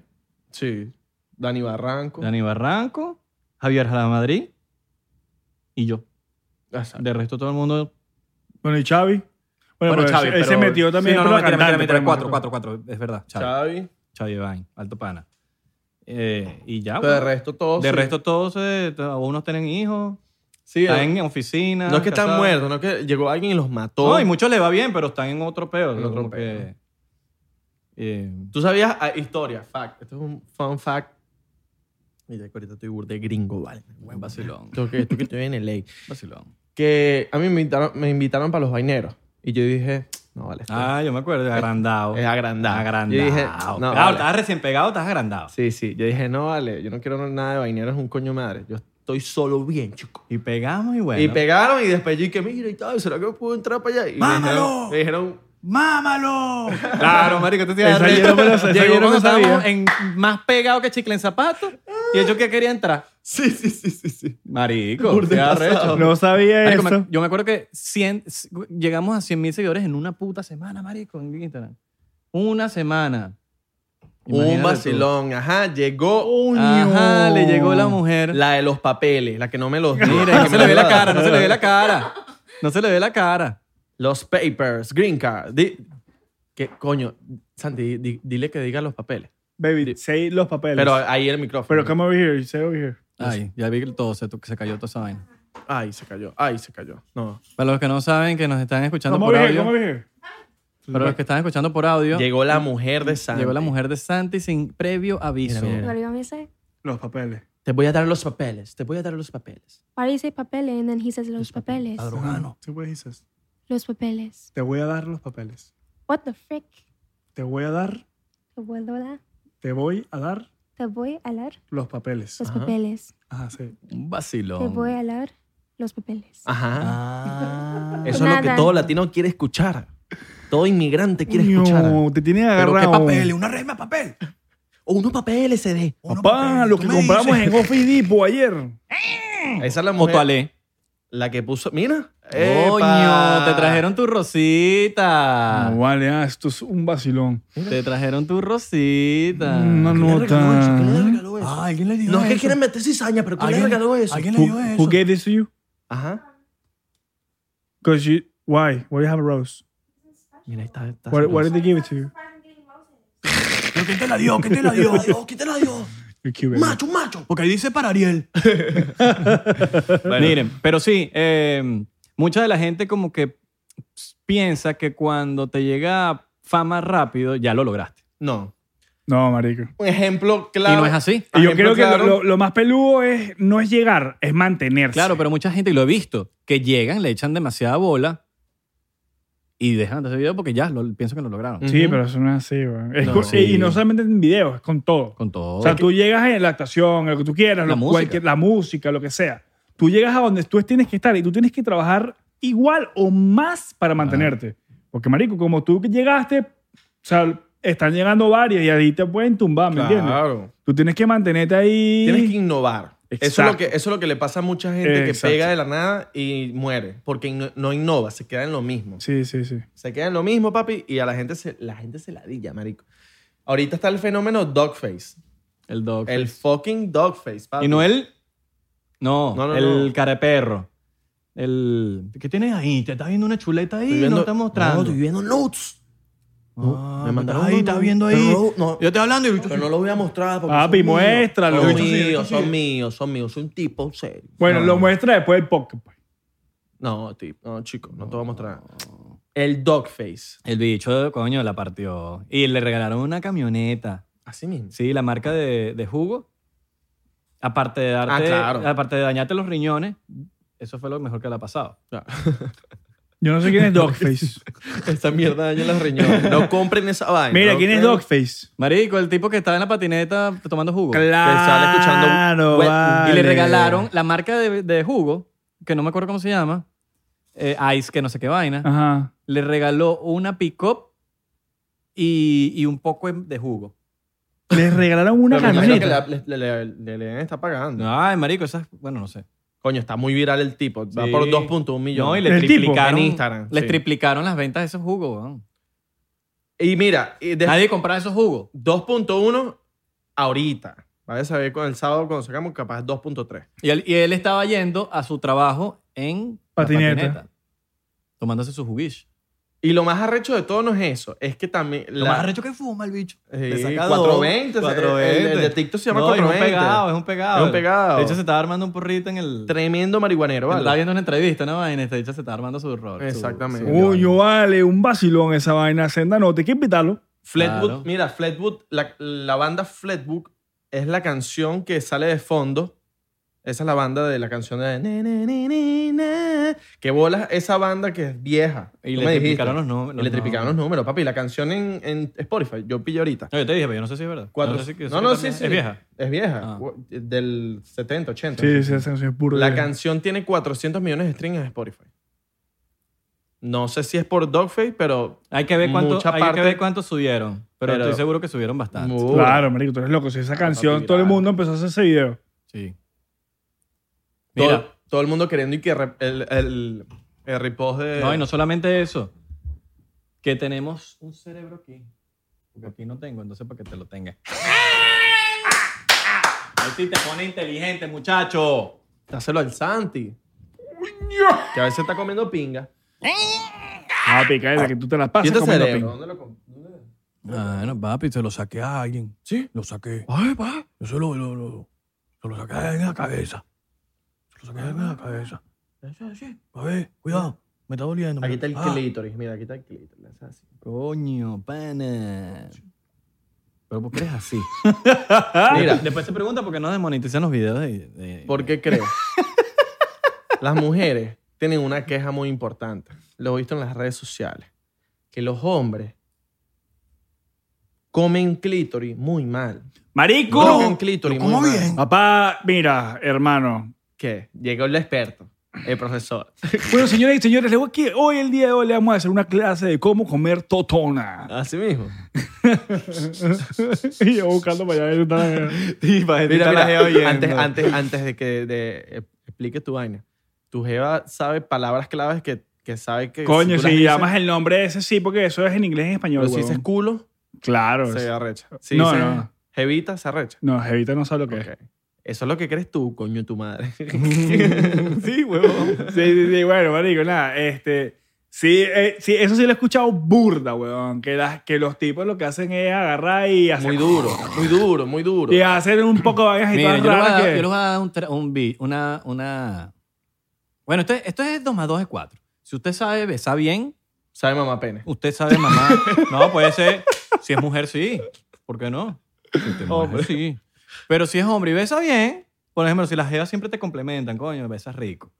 Speaker 2: Sí. Dani Barranco.
Speaker 3: Dani Barranco, Javier Jalamadrid y yo.
Speaker 2: Exacto.
Speaker 3: De resto todo el mundo...
Speaker 1: Bueno, y Xavi. Bueno, pero
Speaker 3: Xavi,
Speaker 1: ese- ese
Speaker 3: pero-
Speaker 1: metió también
Speaker 3: Sí, no, no,
Speaker 1: por la
Speaker 3: mentira, mentira,
Speaker 1: cantante,
Speaker 3: mentira,
Speaker 1: pero-
Speaker 3: cuatro, cuatro, cuatro. Es verdad, Xavi.
Speaker 2: Xavi.
Speaker 3: Xavi Vain, alto pana. Eh, y ya,
Speaker 2: Pero de
Speaker 3: bueno.
Speaker 2: resto todos...
Speaker 3: De
Speaker 2: sí.
Speaker 3: resto todos, eh, to- unos tienen hijos,
Speaker 2: Sí,
Speaker 3: están en oficina.
Speaker 2: No es que están
Speaker 3: casados.
Speaker 2: muertos, no es que llegó alguien y los mató.
Speaker 3: No, y muchos les va bien, pero están en otro peor.
Speaker 2: En otro peo.
Speaker 3: eh,
Speaker 2: Tú sabías ah, historia, fact. Esto es un fun fact. Mira, que ahorita estoy burde gringo, vale.
Speaker 3: buen vacilón.
Speaker 2: Esto que, esto que estoy en el ley.
Speaker 3: Vacilón.
Speaker 2: Que a mí me invitaron, me invitaron para los vaineros. Y yo dije, no vale. esto
Speaker 3: Ah, yo me acuerdo, agrandado.
Speaker 2: es agrandado.
Speaker 3: Agrandado.
Speaker 2: Yo dije,
Speaker 3: claro,
Speaker 2: no, vale.
Speaker 3: estabas recién pegado, estás agrandado.
Speaker 2: Sí, sí. Yo dije, no vale, yo no quiero nada de vaineros, es un coño madre. Yo estoy solo bien, chico.
Speaker 3: Y pegamos y bueno.
Speaker 2: Y pegaron y después yo dije, mira y tal, ¿será que puedo entrar para allá? Y me
Speaker 3: ¡Mámalo!
Speaker 2: dijeron- Me dijeron,
Speaker 3: ¡Mámalo! Claro, marico, tú te
Speaker 1: Esa yo no me la sé, esa
Speaker 3: Llegó
Speaker 1: yo no
Speaker 3: cuando
Speaker 1: me sabía.
Speaker 3: estábamos en más pegado que chicle en zapato y ellos que quería entrar.
Speaker 2: sí, sí, sí, sí, sí.
Speaker 3: Marico,
Speaker 2: Burda
Speaker 3: qué
Speaker 2: pasado.
Speaker 3: arrecho.
Speaker 1: No sabía
Speaker 3: Marico,
Speaker 1: eso.
Speaker 3: me- yo me acuerdo que 100 llegamos a 100 mil seguidores en una puta semana, marico, en Instagram. Una semana. Imagínate
Speaker 2: un
Speaker 3: tú.
Speaker 2: vacilón. Ajá, llegó un...
Speaker 3: Ajá, le llegó la mujer.
Speaker 2: La de los papeles, la que no me los dio.
Speaker 3: Mira, no se le ve la cara, no se le ve la cara. No se le ve la cara.
Speaker 2: Los papers, green card. Di- ¿Qué coño? Santi, di- di- dile que diga los papeles.
Speaker 1: Baby, say los papeles.
Speaker 2: Pero
Speaker 1: Pero,
Speaker 3: eh,
Speaker 2: ahí el micrófono.
Speaker 1: come over here, say over here.
Speaker 3: Ay, ya vi que todo, se, se cayó toda esa vaina.
Speaker 2: Ay, se cayó. Ay, se cayó. No.
Speaker 3: Para los que no saben, que nos están escuchando
Speaker 1: Come
Speaker 3: por
Speaker 1: over here,
Speaker 3: audio.
Speaker 1: come over here.
Speaker 3: Para los que están escuchando por audio, llegó,
Speaker 2: Llegó la mujer de Santi.
Speaker 3: la mujer de Santi sin previo aviso.
Speaker 2: Mira, mira.
Speaker 4: What do you want me to say?
Speaker 1: Los papeles.
Speaker 2: Te voy a dar los papeles. Te voy a dar los papeles.
Speaker 4: Why do you say papeles? And then he says los papeles.
Speaker 3: Padrugano.
Speaker 1: Sí, pues, dices,
Speaker 4: Los papeles.
Speaker 1: Te voy a dar los papeles.
Speaker 4: What the frick?
Speaker 1: Te voy a dar,
Speaker 4: Te vuelvo a dar.
Speaker 1: te voy a dar
Speaker 4: Te voy a dar
Speaker 1: los papeles.
Speaker 4: los
Speaker 2: Ajá.
Speaker 4: papeles.
Speaker 1: Ajá, sí.
Speaker 3: Un
Speaker 4: Te voy
Speaker 3: vacilón.
Speaker 4: a dar los papeles.
Speaker 2: Ajá.
Speaker 3: Ah.
Speaker 2: Eso es lo que
Speaker 4: Nada.
Speaker 2: todo latino quiere escuchar. Todo inmigrante quiere
Speaker 1: Coño,
Speaker 2: escuchar. O
Speaker 1: te tiene
Speaker 3: ¿Pero
Speaker 1: agarrado.
Speaker 3: qué papeles? ¿Una resma de papel?
Speaker 2: unos papeles se dé.
Speaker 3: Unos
Speaker 1: Papá,
Speaker 3: papeles.
Speaker 1: lo
Speaker 3: Tú
Speaker 1: que
Speaker 3: me
Speaker 1: compramos
Speaker 3: dices.
Speaker 1: en Office Depot ayer.
Speaker 2: Esa es la
Speaker 3: O
Speaker 2: mujer.
Speaker 3: toalé.
Speaker 2: La que puso. Mira.
Speaker 3: Coño,
Speaker 2: ¡Epa!
Speaker 3: te trajeron tu rosita.
Speaker 1: No vale, ah, esto es un vacilón.
Speaker 3: Te trajeron tu rosita.
Speaker 1: Una
Speaker 2: ¿Quién le regaló
Speaker 1: nota.
Speaker 2: eso? ¿Quién le regaló eso?
Speaker 3: Ah, alguien le dio
Speaker 2: No es
Speaker 3: eso.
Speaker 2: que quieren meter cizaña, pero ¿quién le regaló eso?
Speaker 3: ¿Alguien le
Speaker 1: Who,
Speaker 3: dio eso?
Speaker 1: who gave this to you?
Speaker 2: Ajá.
Speaker 1: Because you, why? Why do you have a rose?
Speaker 2: Mira, ahí está. está
Speaker 1: Why, why did they give it to you?
Speaker 3: Pero ¿Quién te la dio? ¿Quién te la dio? Dios, ¿Quién te la dio?
Speaker 1: El Q-Baby.
Speaker 3: Macho, macho. Porque ahí dice para Ariel. Miren, pero sí, eh, mucha de la gente como que piensa que cuando te llega fama rápido, ya lo lograste.
Speaker 2: No.
Speaker 1: No, marico.
Speaker 2: Un ejemplo claro.
Speaker 3: Y no es así.
Speaker 1: Y yo
Speaker 2: Ejemplo
Speaker 1: creo que
Speaker 2: claro.
Speaker 1: lo, lo más peludo es, no es llegar, es mantenerse.
Speaker 3: Claro, pero mucha gente, y lo he visto, que llegan, le echan demasiada bola y dejan de hacer video porque ya lo, pienso que lo lograron.
Speaker 2: Mm.
Speaker 1: Sí,
Speaker 2: Ujú.
Speaker 1: pero eso no es así, güey. Es
Speaker 3: No,
Speaker 1: con-
Speaker 3: sí.
Speaker 1: Y no solamente en videos, es con todo.
Speaker 3: Con todo.
Speaker 1: o sea, tú llegas en la actuación, en lo que tú quieras,
Speaker 3: La
Speaker 1: lo-
Speaker 3: música.
Speaker 1: cualquier- la música, lo que sea. Tú llegas a donde tú tienes que estar y tú tienes que trabajar igual o más para mantenerte. Porque, marico, como tú que llegaste, o sea, están llegando varias y ahí te pueden tumbar, ¿me entiendes?
Speaker 2: Claro.
Speaker 1: Tú tienes que mantenerte ahí.
Speaker 2: Tienes que innovar. Eso es, lo
Speaker 1: Exacto.
Speaker 2: que, eso es lo que le pasa a mucha gente
Speaker 1: Exacto.
Speaker 2: que pega de la nada y muere. Porque in- no innova, se queda en lo mismo.
Speaker 1: Sí, sí, sí.
Speaker 2: Se queda en lo mismo, papi, y a la gente se, la gente se ladilla, marico. Ahorita está el fenómeno dogface.
Speaker 3: el dog.
Speaker 2: El fucking dogface, papi.
Speaker 3: y no el. No,
Speaker 2: No, no,
Speaker 3: el
Speaker 2: no.
Speaker 3: careperro. El. ¿Qué tienes ahí? Te estás viendo una chuleta ahí
Speaker 2: Estoy
Speaker 3: y
Speaker 2: viendo-
Speaker 3: no está mostrando.
Speaker 2: No, estoy viendo nudes.
Speaker 3: Ah,
Speaker 2: me
Speaker 3: me
Speaker 2: mandaron
Speaker 3: ahí,
Speaker 2: uno,
Speaker 3: estás
Speaker 2: no,
Speaker 3: viendo ahí.
Speaker 2: pero no.
Speaker 3: Yo estoy hablando y.
Speaker 2: Pero no lo voy a mostrar porque
Speaker 1: Papi,
Speaker 2: son míos.
Speaker 1: muéstralo.
Speaker 2: Son
Speaker 1: Lo he
Speaker 3: hecho,
Speaker 2: míos,
Speaker 3: sí, sí.
Speaker 2: son míos, son míos. Soy un tipo serio.
Speaker 1: Bueno,
Speaker 2: No,
Speaker 1: lo
Speaker 2: no.
Speaker 1: muestra después del podcast. pues.
Speaker 2: No, tipo, no, chico, no te voy a mostrar. El dogface.
Speaker 3: El bicho, coño, la partió. Y le regalaron una camioneta.
Speaker 2: Así mismo.
Speaker 3: Sí, la marca de, de jugo. Aparte de darte.
Speaker 2: Ah, claro.
Speaker 3: Aparte de dañarte los riñones, eso fue lo mejor que le ha pasado.
Speaker 1: Yo no sé quién es Dogface.
Speaker 2: Esta mierda daña los riñones. No compren esa vaina.
Speaker 1: Mira,
Speaker 2: ¿ok?
Speaker 1: ¿quién es Dogface?
Speaker 3: Marico, el tipo que estaba en la patineta tomando jugo.
Speaker 1: Claro.
Speaker 2: escuchando-
Speaker 3: Bueno, Y le
Speaker 1: vale.
Speaker 3: regalaron la marca de, de jugo, que no me acuerdo cómo se llama, eh, Ice, que no sé qué vaina.
Speaker 1: Ajá.
Speaker 3: Le regaló una pick-up y, y un poco em, de jugo.
Speaker 1: Les regalaron una
Speaker 2: Pero me imagino que
Speaker 1: camioneta.
Speaker 2: la- le, le- le- le está pagando.
Speaker 3: Ay, marico, esas... Bueno, no sé.
Speaker 2: Coño, está muy viral el tipo. Va
Speaker 3: Sí.
Speaker 2: por 2.1
Speaker 3: No, y
Speaker 2: millones.
Speaker 3: le
Speaker 1: El tipo.
Speaker 3: triplicaron...
Speaker 2: En Instagram,
Speaker 3: Les
Speaker 2: sí.
Speaker 3: triplicaron las ventas de esos jugos, weón.
Speaker 2: Y, mira, y de-
Speaker 3: Nadie compraba esos jugos.
Speaker 2: 2.1 ahorita. Vaya a saber con el sábado cuando sacamos capaz 2.3.
Speaker 3: Y él, y él estaba yendo a su trabajo en la
Speaker 1: Patineta.
Speaker 3: tomándose su juguish.
Speaker 2: Y lo más arrecho de todo no es eso. Es que también...
Speaker 3: Lo
Speaker 2: la-
Speaker 3: más arrecho que fuma el bicho.
Speaker 2: Sí,
Speaker 3: Le saca
Speaker 2: 420.
Speaker 3: dos,
Speaker 2: El, el de TikTok se llama
Speaker 3: No, y es un
Speaker 2: 420.
Speaker 3: pegado, es un pegado.
Speaker 2: Es un pegado.
Speaker 3: De hecho, se estaba armando un porrito en el...
Speaker 2: Tremendo marihuanero,
Speaker 3: Estaba
Speaker 2: ¿vale?
Speaker 3: viendo una entrevista, ¿no? Y este dicho se está armando su rol. su-
Speaker 2: Exactamente.
Speaker 3: su-
Speaker 1: Uy, yo vale, un vacilón esa vaina. Senda no, te hay que invitarlo.
Speaker 2: Flatwood,
Speaker 3: Claro.
Speaker 2: mira, Flatwood, la, la banda Flatwood es la canción que sale de fondo. Esa es la banda de la canción de... "Na, na, na, na, na", que bola esa banda que es vieja.
Speaker 3: Y
Speaker 2: Tú
Speaker 3: le
Speaker 2: me dijiste.
Speaker 3: triplicaron los números.
Speaker 2: Y le triplicaron los números, papi. La canción en, en Spotify, yo pillo ahorita.
Speaker 3: No, yo te dije, pero yo no sé si es verdad.
Speaker 2: Cuatro-
Speaker 3: No, sé si- yo sé
Speaker 2: no,
Speaker 3: que
Speaker 2: no, sí,
Speaker 3: también-
Speaker 2: sí.
Speaker 3: Es vieja.
Speaker 2: Es vieja.
Speaker 3: Ah.
Speaker 2: Gu- Del 70, 80.
Speaker 1: Sí, sí, esa canción es puro.
Speaker 2: La
Speaker 1: viejo.
Speaker 2: canción tiene 400 millones de streams en Spotify. No sé si es por Dogface, pero...
Speaker 3: Hay que ver cuánto,
Speaker 2: Mucha
Speaker 3: hay
Speaker 2: parte-
Speaker 3: que ver cuánto subieron. Pero,
Speaker 2: Pero-
Speaker 3: estoy seguro que subieron bastante.
Speaker 2: Mu-
Speaker 1: Claro, marico, tú eres loco. Si esa canción,
Speaker 2: papi,
Speaker 1: todo el
Speaker 2: viral.
Speaker 1: mundo empezó a hacer ese video.
Speaker 3: Sí. Mira,
Speaker 2: Todo, todo el mundo queriendo y que re- el, el, el repost de...
Speaker 3: no, y no solamente eso. Que tenemos un cerebro aquí. Porque aquí no tengo, entonces para que te lo tenga. Ahí sí te pone inteligente, muchacho.
Speaker 2: Dáselo al Santi. Que a veces está comiendo pinga.
Speaker 1: Ah, pica, desde que tú te las pasas.
Speaker 2: ¿Y este
Speaker 1: comiendo
Speaker 2: cerebro?
Speaker 1: pin.
Speaker 2: ¿Dónde lo com- dónde?
Speaker 3: Bueno, papi, se lo saqué a alguien.
Speaker 2: ¿Sí?
Speaker 3: Lo saqué. Ay, pa. Yo se lo, lo, lo, se lo saqué en la cabeza. Se lo saqué en la cabeza. A ver, cuidado. Me está doliendo.
Speaker 2: Aquí está el
Speaker 3: Ah.
Speaker 2: clítoris. Mira, aquí está el clítoris. Es así.
Speaker 3: Coño, pana. Pero ¿por qué eres así?
Speaker 2: Mira.
Speaker 1: Ah.
Speaker 3: Mira, después se pregunta por qué no desmonetizan los videos de... de-
Speaker 2: ¿Por qué creo? las mujeres tienen una queja muy importante. Lo he visto en las redes sociales. Que los hombres comen clítoris muy mal. Comen
Speaker 1: Marico.
Speaker 2: clítoris muy mal.
Speaker 1: Papá, mira, hermano.
Speaker 2: ¿Qué? Llegó el experto, el profesor.
Speaker 1: Bueno, señores y señores, les voy aquí- hoy el día de hoy le vamos a hacer una clase de cómo comer totona.
Speaker 2: Así mismo.
Speaker 1: y yo buscando para allá. yo estaba-
Speaker 2: Mira,
Speaker 3: la
Speaker 2: mira,
Speaker 3: jeva oyendo.
Speaker 2: antes, antes, antes de que de- expliques tu vaina, tu jeva sabe palabras claves que, que sabe que.
Speaker 1: Coño, si,
Speaker 2: tú las dices,
Speaker 1: llamas el nombre de ese sí, porque eso es en inglés y en español.
Speaker 2: Pero si
Speaker 1: huevón.
Speaker 2: dices culo,
Speaker 1: claro.
Speaker 2: se
Speaker 1: es-
Speaker 2: arrecha. Si
Speaker 1: No,
Speaker 2: dices
Speaker 1: no.
Speaker 2: jevita, se arrecha.
Speaker 1: No, Jevita no sabe lo que es.
Speaker 2: Ok. Eso es lo que crees tú, coño, tu madre.
Speaker 3: sí, huevón.
Speaker 1: Sí, sí, sí, bueno, marico, nada. Este, Sí, eh, sí, eso sí lo he escuchado burda, weón. Que, las, que los tipos lo que hacen es agarrar y hacer...
Speaker 2: Muy duro, muy duro, muy duro.
Speaker 1: Y hacer un poco de vainas y
Speaker 3: Mira,
Speaker 1: todas
Speaker 3: yo les voy a
Speaker 1: raras
Speaker 3: dar,
Speaker 1: que-
Speaker 3: yo les voy a dar un, tra- un bi- una, una... Bueno, esto, es- esto es 2 más 2 es 4. Si usted sabe besar bien,
Speaker 2: Sabe mamá pene.
Speaker 3: usted sabe mamá. No, puede ser. Si es mujer, sí. ¿Por qué no? Si usted es mujer,
Speaker 1: Hombre.
Speaker 3: sí. Pero si es hombre y besa bien, por ejemplo, si las jevas siempre te complementan, coño, besas rico.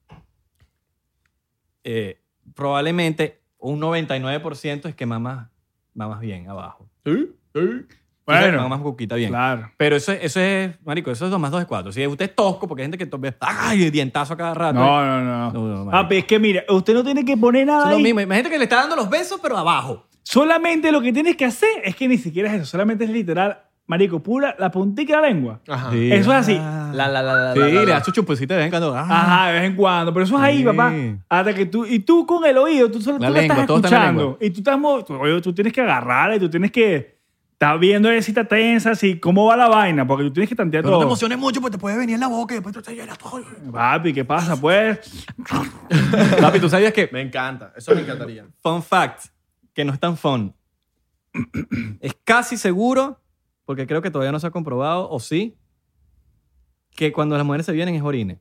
Speaker 3: Eh, probablemente un 99% es que mamas, mamas bien abajo. Entonces,
Speaker 1: Bueno,
Speaker 3: Mamas cuquita bien.
Speaker 1: claro.
Speaker 3: Pero eso, eso es, marico, eso es 2 más 2 es 4. Si usted es tosco, porque hay gente que tome, ¡ay! dientazo a cada rato.
Speaker 1: No, no, no.
Speaker 3: Ah, No, no, marico.
Speaker 1: ah, pero es que mira, usted no tiene que poner
Speaker 3: Eso
Speaker 1: nada
Speaker 3: es lo
Speaker 1: ahí.
Speaker 3: mismo. Imagínate que le está dando los besos, pero abajo.
Speaker 1: Solamente lo que tienes que hacer es que ni siquiera es eso. Solamente es literal, marico, pura la puntica de la lengua.
Speaker 2: Ajá.
Speaker 3: Sí.
Speaker 1: Eso es
Speaker 3: Ah.
Speaker 1: así.
Speaker 2: La, la, la, la,
Speaker 3: Sí,
Speaker 2: la, la,
Speaker 3: le
Speaker 2: la.
Speaker 3: da su chupecita de vez en cuando. Ah.
Speaker 1: Ajá, de vez en cuando. Pero eso es ahí,
Speaker 3: Sí.
Speaker 1: papá. Hasta que tú, y tú con el oído, tú solo
Speaker 3: La
Speaker 1: tú lo
Speaker 3: lengua,
Speaker 1: estás
Speaker 3: todo está en la
Speaker 1: escuchando.
Speaker 3: lengua.
Speaker 1: Y tú estás, mo- tú, oye, tú tienes que agarrarla y tú tienes que estar viendo si está tensa, si cómo va la vaina, porque tú tienes que tantear
Speaker 3: Pero no te
Speaker 1: todo.
Speaker 3: emociones mucho pues, porque te puede venir en la boca y después tú te llenas todo.
Speaker 1: Papi, ¿qué pasa, pues?
Speaker 3: Papi, ¿tú sabías que?
Speaker 2: Me encanta, eso me encantaría.
Speaker 3: Fun fact, que no es tan fun. es casi seguro, porque creo que todavía no se ha comprobado, o sí, que cuando las mujeres se vienen es orine.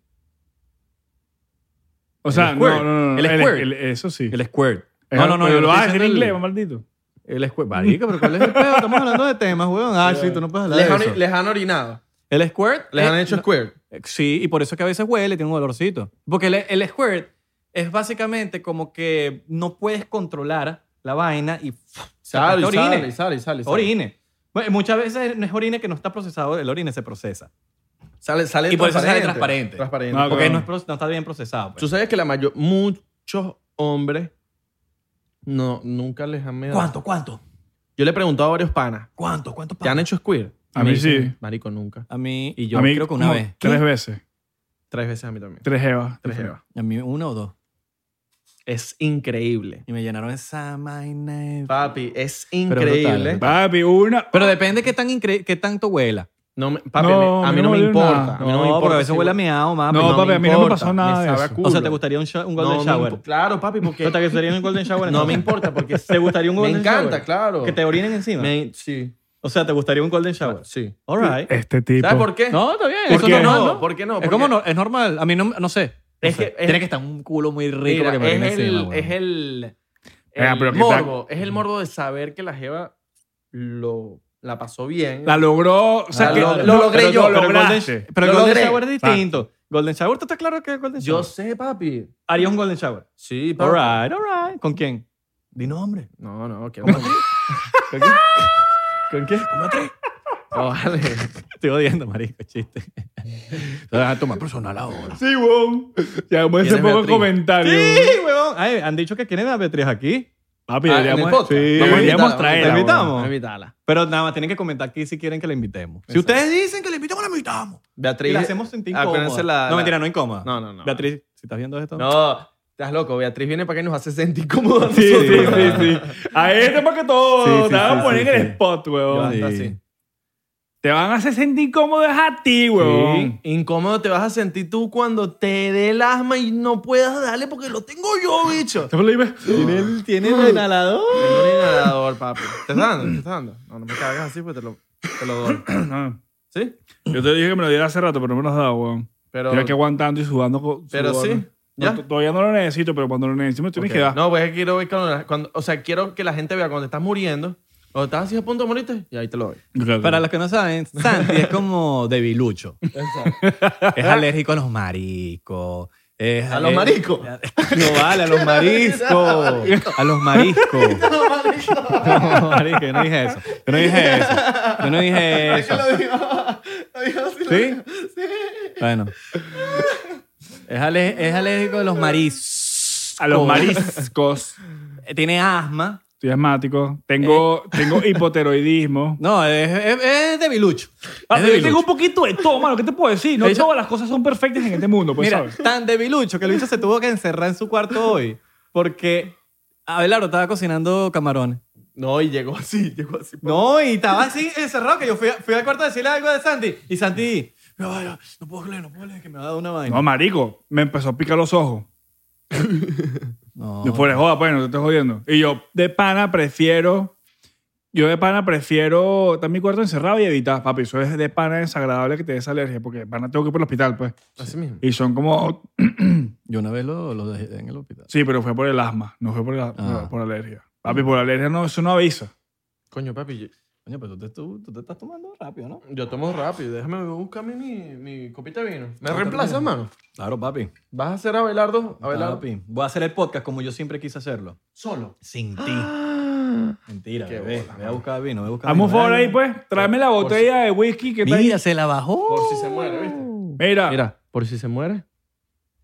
Speaker 1: O sea,
Speaker 3: El
Speaker 1: no, no,
Speaker 3: squirt.
Speaker 1: no, no.
Speaker 3: El squirt.
Speaker 1: eso sí.
Speaker 3: El squirt.
Speaker 1: no, no, no. Yo
Speaker 3: yo
Speaker 1: lo
Speaker 3: estoy
Speaker 1: vas a decir en
Speaker 3: diciendo el-
Speaker 1: inglés, maldito.
Speaker 3: El squirt. Marica, pero ¿cuál es el pedo? Estamos hablando de temas, weón. Ah, sí, tú no puedes hablar
Speaker 2: Les
Speaker 3: de
Speaker 2: han,
Speaker 3: eso.
Speaker 2: les han orinado.
Speaker 3: El squirt.
Speaker 2: Les
Speaker 3: eh,
Speaker 2: han hecho
Speaker 3: no-
Speaker 2: squirt.
Speaker 3: eh, Sí, y por eso es que a veces huele, tiene un olorcito. Porque el, el squirt es básicamente como que no puedes controlar la vaina y se
Speaker 2: Sale, y
Speaker 3: orine.
Speaker 2: sale, y sale, y sale, y sale.
Speaker 3: Orine. Bueno, muchas veces no es orine que no está procesado, el orine se procesa.
Speaker 2: Sale, sale
Speaker 3: Y por eso sale transparente.
Speaker 2: Transparente.
Speaker 1: Ah,
Speaker 3: Porque
Speaker 1: claro.
Speaker 3: no, es pro- no está bien procesado. pues.
Speaker 2: Tú sabes que la mayor, muchos hombres no, nunca les han meado.
Speaker 3: ¿Cuánto? ¿Cuánto?
Speaker 2: Yo le he preguntado a varios panas,
Speaker 3: ¿Cuánto? ¿Cuánto?
Speaker 2: ¿te han hecho squirt?
Speaker 1: A
Speaker 2: Y me
Speaker 1: mí sí.
Speaker 2: dicen, Marico, nunca.
Speaker 3: A mí, y yo
Speaker 1: A mí,
Speaker 3: creo que una
Speaker 1: como
Speaker 3: vez.
Speaker 1: Tres veces.
Speaker 2: Tres veces a mí también.
Speaker 1: Tres evas.
Speaker 2: Tres jevas.
Speaker 3: A mí una o dos.
Speaker 2: Es increíble.
Speaker 3: Y me llenaron esa vaina. de-
Speaker 2: Papi, es
Speaker 3: brutal,
Speaker 2: increíble.
Speaker 3: brutal.
Speaker 1: Papi, una.
Speaker 3: Pero depende qué, tan incre- qué tanto huela.
Speaker 2: No me- papi,
Speaker 1: No,
Speaker 2: a mí
Speaker 1: a mí
Speaker 2: no
Speaker 1: no me
Speaker 2: me
Speaker 1: dio
Speaker 2: importa.
Speaker 1: nada.
Speaker 2: A mí no me importa.
Speaker 3: pero a veces
Speaker 2: si
Speaker 3: huele a miado, mami.
Speaker 1: No, papi, a mí no me
Speaker 2: importa,
Speaker 1: pasó nada de
Speaker 2: sabe a
Speaker 1: eso.
Speaker 2: culo.
Speaker 3: O sea, ¿te gustaría un, sho- un
Speaker 2: No,
Speaker 3: golden
Speaker 2: me
Speaker 3: shower?
Speaker 2: impo- Claro, papi, porque
Speaker 3: ¿No te gustaría un golden shower?
Speaker 2: no me
Speaker 3: entonces?
Speaker 2: importa porque
Speaker 3: ¿Te gustaría un
Speaker 2: me
Speaker 3: golden shower?
Speaker 2: encanta, claro.
Speaker 3: Que te orinen encima.
Speaker 2: Me- sí,
Speaker 3: O sea, ¿te gustaría un golden shower? Eh,
Speaker 2: sí.
Speaker 3: All right.
Speaker 1: Este tipo.
Speaker 2: ¿Sabes por qué?
Speaker 3: No, está bien.
Speaker 2: ¿Por
Speaker 3: eso
Speaker 2: qué
Speaker 3: es normal,
Speaker 2: no?
Speaker 3: ¿no?
Speaker 2: ¿Por qué no?
Speaker 3: Es
Speaker 2: Porque-
Speaker 3: como no- es normal. A mí no, no sé. No
Speaker 2: Es
Speaker 3: sé.
Speaker 2: que- es-
Speaker 3: Tiene que estar un culo muy rico
Speaker 2: Mira,
Speaker 3: para que me orine
Speaker 2: es,
Speaker 3: encima,
Speaker 2: el,
Speaker 3: weón.
Speaker 2: es el,
Speaker 1: Venga,
Speaker 2: el
Speaker 1: pero que
Speaker 2: morbo, es el morbo de saber que la jeva lo, la pasó bien.
Speaker 1: La logró. O sea,
Speaker 2: La
Speaker 1: que
Speaker 2: Ah, lo- lo
Speaker 1: no,
Speaker 2: logré
Speaker 1: pero
Speaker 2: yo,
Speaker 1: no
Speaker 2: pero el
Speaker 1: lograste.
Speaker 3: Pero el
Speaker 2: Lo
Speaker 3: golden
Speaker 2: logré.
Speaker 3: shower es distinto. Golden shower, ¿tú estás claro que es golden shower?
Speaker 2: Yo sé, papi.
Speaker 3: haría un golden shower.
Speaker 2: Sí, papi.
Speaker 3: All right, all right. ¿Con quién? Di nombre.
Speaker 2: No, no, que no.
Speaker 3: ¿Con quién? ¿Con quién?
Speaker 2: No, vale.
Speaker 3: Estoy odiando, marico, chiste. Te vas a tomar personal ahora.
Speaker 1: Sí, weón. Ya, como ese
Speaker 2: ¿Quién es
Speaker 1: poco
Speaker 2: Beatriz?
Speaker 1: comentario.
Speaker 3: Sí, huevón. Ay, han dicho que quieren a Beatriz aquí.
Speaker 1: Papi,
Speaker 2: Ah, en el
Speaker 1: deberíamos,
Speaker 2: podcast.
Speaker 1: sí,
Speaker 2: Vamos a
Speaker 1: deberíamos
Speaker 2: invitarla,
Speaker 1: traerla.
Speaker 3: ¿La
Speaker 1: weón.
Speaker 3: invitamos?
Speaker 2: Vamos a invitarla.
Speaker 3: Pero nada más tienen que comentar aquí si quieren que la invitemos. Si
Speaker 2: Exacto.
Speaker 3: ustedes dicen que la invitamos, la invitamos. Y
Speaker 2: Beatriz. ah,
Speaker 3: la hacemos sentir incómoda.
Speaker 2: acuérdense la-
Speaker 3: No,
Speaker 2: la-
Speaker 3: mentira, no incómoda.
Speaker 2: No, no, no.
Speaker 3: Beatriz, si estás viendo esto.
Speaker 2: No, estás loco. Beatriz viene para que nos hace sentir cómodos. a
Speaker 1: Sí, sí,
Speaker 2: nosotros.
Speaker 1: sí, sí. A este para que todo.
Speaker 3: Sí, sí,
Speaker 1: te van
Speaker 3: sí,
Speaker 1: a poner
Speaker 3: sí,
Speaker 1: en el
Speaker 3: sí.
Speaker 1: spot, weón.
Speaker 2: Yo hasta
Speaker 3: Sí.
Speaker 2: así.
Speaker 1: Te van a hacer sentir incómodo es a ti, weón.
Speaker 2: Incómodo te vas a sentir tú cuando te dé el asma y no puedas darle porque lo tengo yo, bicho.
Speaker 1: Te lo iba-
Speaker 3: Tiene el, tiene el inhalador.
Speaker 2: Tengo un inhalador, papi. ¿Te estás dando? ¿Te estás dando? No, no me cagas así pues te lo, te lo doy.
Speaker 1: No.
Speaker 2: ¿Sí?
Speaker 1: Yo te dije que me lo diera hace rato, pero no me lo has dado, weón.
Speaker 2: Pero,
Speaker 1: Tienes que aguantando y sudando. co-
Speaker 2: pero
Speaker 1: sudor.
Speaker 2: sí.
Speaker 1: No,
Speaker 2: ¿Ya?
Speaker 1: t- todavía no lo necesito, pero cuando lo necesito me tienes
Speaker 2: Ok.
Speaker 1: que dar.
Speaker 2: No, pues es que quiero ver cuando, la- cuando- O sea, quiero que la gente vea cuando estás muriendo. O estás así a punto de morirte y ahí te lo doy.
Speaker 1: Claro.
Speaker 3: Para los que no saben, Santi es como debilucho. Es alérgico a los mariscos. es
Speaker 2: ¿A los
Speaker 3: alérgico-
Speaker 2: maricos?
Speaker 3: No vale, a los mariscos. A los mariscos. No, marico, yo no dije eso. Yo no dije eso. Yo no dije eso.
Speaker 2: digo. Lo digo así.
Speaker 3: ¿Sí? Bueno. Es, ale- es alérgico a los mariscos.
Speaker 1: A los mariscos.
Speaker 3: Eh, Tiene asma.
Speaker 1: Estoy asmático. Tengo, tengo hipoteroidismo.
Speaker 3: No, es, es, es debilucho.
Speaker 1: Ah, pero
Speaker 3: Es
Speaker 1: yo
Speaker 3: debilucho.
Speaker 1: tengo un poquito de todo, mano. ¿Qué te puedo decir? No
Speaker 3: De hecho-
Speaker 1: todas las cosas son perfectas en este mundo, pues,
Speaker 3: Mira,
Speaker 1: ¿sabes?
Speaker 3: tan debilucho que el bicho se tuvo que encerrar en su cuarto hoy porque Abelardo estaba cocinando camarones.
Speaker 2: No, y llegó así, llegó así.
Speaker 3: No, y estaba así encerrado que yo fui, a- fui al cuarto a decirle algo de Santi y Santi, no, no, no puedo creer, no puedo creer que me ha dado una vaina.
Speaker 1: No, marico. Me empezó a picar los ojos.
Speaker 3: No.
Speaker 1: No fuera de joda, pues, no te estoy jodiendo. Y yo de pana prefiero. Yo de pana prefiero estar en mi cuarto encerrado y evitar, papi. Eso es de pana desagradable que te dé esa alergia, porque de pana tengo que ir por el hospital, pues.
Speaker 2: Así mismo.
Speaker 1: Y son como.
Speaker 3: Yo una vez lo, lo dejé en el hospital.
Speaker 1: Sí, pero fue por el asma, no fue por, la,
Speaker 3: Ah.
Speaker 1: por la alergia. Papi, por la alergia no, eso no avisa.
Speaker 2: Coño, papi, yo,
Speaker 3: Coño, pero tú te, tú- tú te estás tomando rápido, ¿no?
Speaker 2: yo tomo rápido. Déjame buscarme mi, mi copita de vino. ¿Me reemplazas, mano?
Speaker 3: Claro, papi.
Speaker 2: ¿Vas a hacer Abelardo? Abelardo.
Speaker 3: Papi, Voy a hacer el podcast como yo siempre quise hacerlo.
Speaker 2: Solo.
Speaker 3: Sin ti.
Speaker 2: Ah.
Speaker 3: Mentira,
Speaker 2: Qué
Speaker 3: bebé.
Speaker 2: bola,
Speaker 3: Voy a buscar vino, voy a buscar
Speaker 1: Hazme un
Speaker 3: vino.
Speaker 1: favor ahí, pues. Tráeme la botella de whisky que está ahí.
Speaker 3: Mira, se la bajó.
Speaker 2: Por si se muere, ¿viste?
Speaker 1: Mira,
Speaker 2: Mira, por si se muere.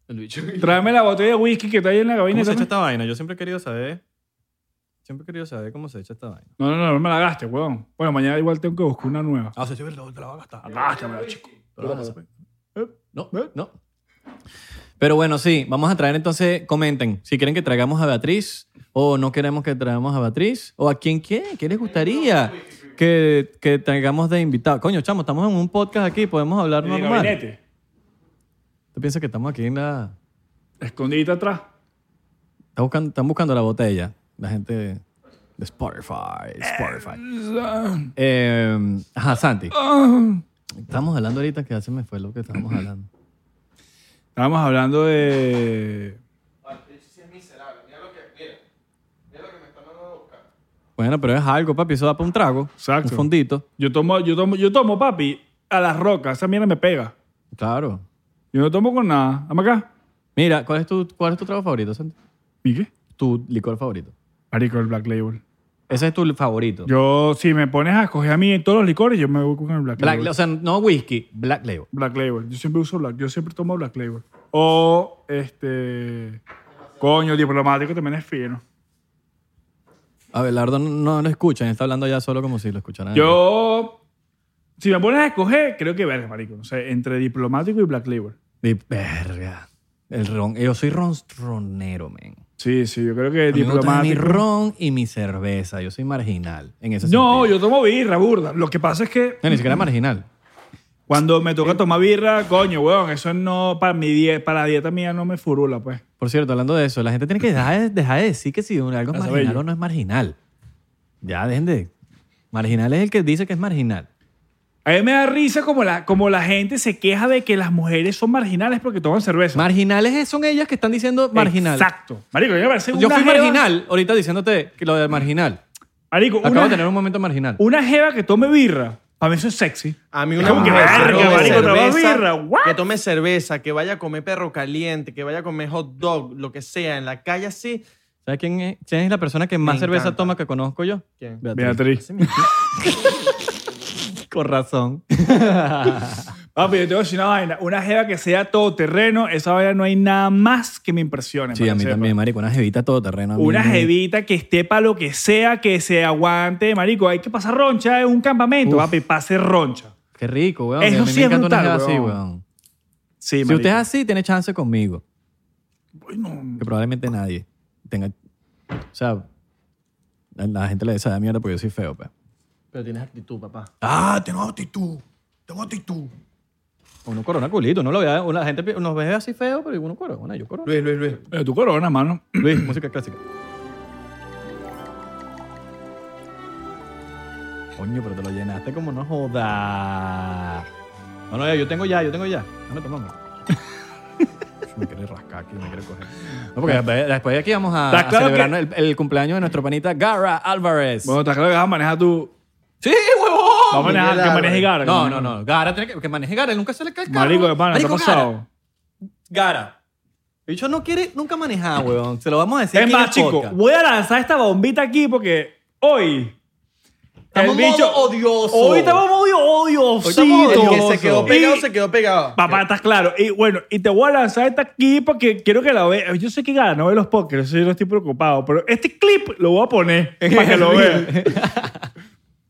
Speaker 2: El bicho.
Speaker 1: tráeme la botella de whisky que está ahí en la cabina.
Speaker 3: ¿Cómo se echa
Speaker 1: también.
Speaker 3: esta vaina? Yo siempre he querido saber. Siempre he querido saber cómo se echa esta vaina.
Speaker 1: No, no, no, no me la gastes, weón. Bueno, mañana igual tengo que buscar una nueva.
Speaker 3: Ah, sí, sí, verdad, te la va a gastar.
Speaker 1: Agástamela, chico.
Speaker 3: Pero vamos a ver. No, no. Pero bueno, sí, vamos a traer entonces, comenten, si quieren que traigamos a Beatriz o no queremos que traigamos a Beatriz o a quién qué, qué les gustaría que, que traigamos de invitado. Coño, chamo, estamos en un podcast aquí, podemos hablar
Speaker 1: En el
Speaker 3: normal.
Speaker 1: gabinete.
Speaker 3: ¿Tú piensas que estamos aquí en la...
Speaker 1: Escondidita atrás.
Speaker 3: Están buscando, están buscando la botella, la gente de Spotify, Spotify. Eh, ajá, Santi, estamos hablando ahorita que hace me fue lo que estábamos hablando.
Speaker 1: Estábamos hablando de.
Speaker 3: Bueno, pero es algo, papi, eso da para un trago,
Speaker 1: Exacto.
Speaker 3: un fondito.
Speaker 1: Yo tomo, yo tomo, yo tomo, papi, a las rocas. Esa mierda me pega.
Speaker 3: Claro.
Speaker 1: Yo no tomo con nada. Dame acá.
Speaker 3: Mira, ¿cuál es tu, cuál es tu trago favorito, Santi?
Speaker 1: ¿Y qué?
Speaker 3: Tu licor favorito.
Speaker 1: Marico, el Black Label.
Speaker 3: Ese es tu favorito.
Speaker 1: Yo, si me pones a escoger a mí en todos los licores, yo me voy con el Black,
Speaker 3: Black,
Speaker 1: Label.
Speaker 3: o sea, no whisky, Black Label.
Speaker 1: Black Label. Yo siempre uso Black. Yo siempre tomo Black Label. O, este. Coño, diplomático también es fino.
Speaker 3: Abelardo no, no lo escuchan, él está hablando Ah, ya solo como si lo escucharan.
Speaker 1: Yo. Si me pones a escoger, creo que verga, marico. No sé, entre diplomático y Black Label.
Speaker 3: De verga. El ron. Yo soy ronstronero, men.
Speaker 1: Sí, sí, yo creo que
Speaker 3: A mí me gusta mi
Speaker 1: diplomático.
Speaker 3: ron y mi cerveza. Yo soy marginal en ese
Speaker 1: No,
Speaker 3: sentido.
Speaker 1: yo tomo birra, burda. Lo que pasa es que
Speaker 3: No, ni siquiera marginal.
Speaker 1: cuando me toca tomar birra, coño, weón, eso no, para mi die- para la dieta mía no me furula, pues.
Speaker 3: Por cierto, hablando de eso, la gente tiene que dejar de, dejar de decir que si algo es
Speaker 1: Eso
Speaker 3: marginal
Speaker 1: bello.
Speaker 3: o no es marginal. Ya, dejen de... Marginal es el que dice que es marginal.
Speaker 1: A mí me da risa como la, como la gente se queja de que las mujeres son marginales porque toman cerveza.
Speaker 3: Marginales son ellas que están diciendo marginal.
Speaker 1: Exacto. Marico, yo me parece
Speaker 3: Yo
Speaker 1: una
Speaker 3: fui
Speaker 1: jeva-
Speaker 3: marginal ahorita diciéndote que lo de marginal.
Speaker 1: Marico,
Speaker 3: Acabo
Speaker 1: una,
Speaker 3: de tener un momento marginal.
Speaker 1: una jeva que tome birra, para mí eso es sexy.
Speaker 2: A mí
Speaker 1: Es
Speaker 2: una
Speaker 1: como que,
Speaker 2: mujer
Speaker 1: verga,
Speaker 2: tome
Speaker 1: marico, tomaba
Speaker 2: cerveza,
Speaker 1: birra, what?
Speaker 2: que tome cerveza, que vaya a comer perro caliente, que vaya a comer hot dog, lo que sea, en la calle así.
Speaker 3: ¿Sabes quién es, quién es la persona que más
Speaker 2: Me
Speaker 3: cerveza
Speaker 2: encanta.
Speaker 3: toma que conozco yo?
Speaker 2: ¿Quién?
Speaker 1: Beatriz.
Speaker 2: Así mismo.
Speaker 3: Con razón.
Speaker 1: Papi, Ah, yo te voy a decir una vaina. Una jeva que sea todoterreno, esa vaina no hay nada más que me impresione.
Speaker 3: Sí,
Speaker 1: para
Speaker 3: a
Speaker 1: que
Speaker 3: mí
Speaker 1: sepa.
Speaker 3: también, marico. Una jevita todoterreno. a mí
Speaker 1: Una
Speaker 3: me-
Speaker 1: jevita que esté para lo que sea, que se aguante, marico. Hay que pasar roncha en un campamento,
Speaker 3: Uf.
Speaker 1: papi. Pase roncha.
Speaker 3: Qué rico, weón.
Speaker 1: Eso
Speaker 3: a mí
Speaker 1: sí
Speaker 3: me
Speaker 1: es
Speaker 3: encanta una
Speaker 1: brutal,
Speaker 3: jeva así,
Speaker 1: weón.
Speaker 3: weón.
Speaker 1: Sí,
Speaker 3: Si
Speaker 1: marico.
Speaker 3: usted es así, tiene chance conmigo.
Speaker 1: Bueno,
Speaker 3: Que probablemente nadie tenga... O sea, la, la gente le dice esa mierda porque yo soy feo, pues.
Speaker 2: Pero tienes actitud, papá.
Speaker 3: Ah, tengo actitud. Tengo actitud. Uno corona culito. Uno lo ve, uno- la gente pi- nos ve así feo, pero uno corona. Yo corona.
Speaker 2: Luis, Luis, Luis.
Speaker 1: pero tu corona, mano.
Speaker 3: Luis, música clásica. Coño, pero te lo llenaste como no joda. No, no, ya, yo tengo ya, yo tengo ya. Dame, toma. mamá. me quiere rascar aquí, me quiere coger. No, porque después, después de aquí vamos a,
Speaker 1: ¿Estás
Speaker 3: a
Speaker 1: claro
Speaker 3: celebrar el, el cumpleaños de nuestro panita Gara Álvarez.
Speaker 1: Bueno, está claro que vas a manejar tu...
Speaker 3: ¡Sí, huevón!
Speaker 1: Vas a manejar,
Speaker 2: Miguel
Speaker 1: que
Speaker 2: Álvarez.
Speaker 1: manejes Gara.
Speaker 3: No, no, no. Gara tiene que, que maneje Gara. él Nunca se le cae el carro.
Speaker 1: Marico, hermano, ¿qué ha
Speaker 3: Marico, Gara.
Speaker 1: pasado?
Speaker 3: Gara. El bicho no quiere nunca manejar, huevón. Se lo vamos a decir.
Speaker 1: es
Speaker 3: aquí en
Speaker 1: más,
Speaker 3: el
Speaker 1: chico,
Speaker 3: podcast.
Speaker 1: voy a lanzar esta bombita aquí porque hoy...
Speaker 3: Estamos
Speaker 1: el bicho...
Speaker 3: modo odioso.
Speaker 1: Hoy estamos muy
Speaker 2: Hoy estamos- el que
Speaker 1: odiositos.
Speaker 2: se quedó
Speaker 1: Y-
Speaker 2: pegado, se quedó pegado.
Speaker 1: Papá, estás claro. Y bueno, y te voy a lanzar esta aquí porque quiero que la veas. Yo sé que gana, no ve los pokers, eso yo no estoy preocupado, pero este clip lo voy a poner para que lo vean.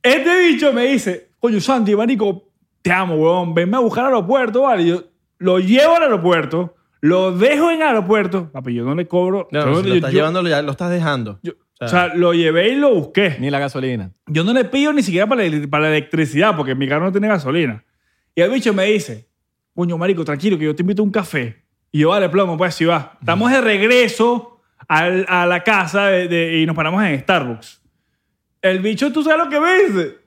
Speaker 1: este bicho me dice, coño, Santi, marico, te amo, weón, venme a buscar al aeropuerto, ¿vale? Yo lo llevo al aeropuerto, lo dejo en el aeropuerto. Papi, yo no le cobro.
Speaker 2: No,
Speaker 1: yo-
Speaker 2: no, si lo
Speaker 1: yo-
Speaker 2: estás
Speaker 1: yo-
Speaker 2: llevando, ya lo estás dejando.
Speaker 1: yo- o sea, lo llevé y lo busqué.
Speaker 3: Ni la gasolina.
Speaker 1: Yo no le pido ni siquiera para, la- para la electricidad, porque mi carro no tiene gasolina. Y el bicho me dice, coño, marico, tranquilo, que yo te invito a un café. Y yo, vale, plomo, pues si va. Estamos de regreso al- a la casa de- de- y nos paramos en Starbucks. El bicho, ¿tú sabes lo que me dice?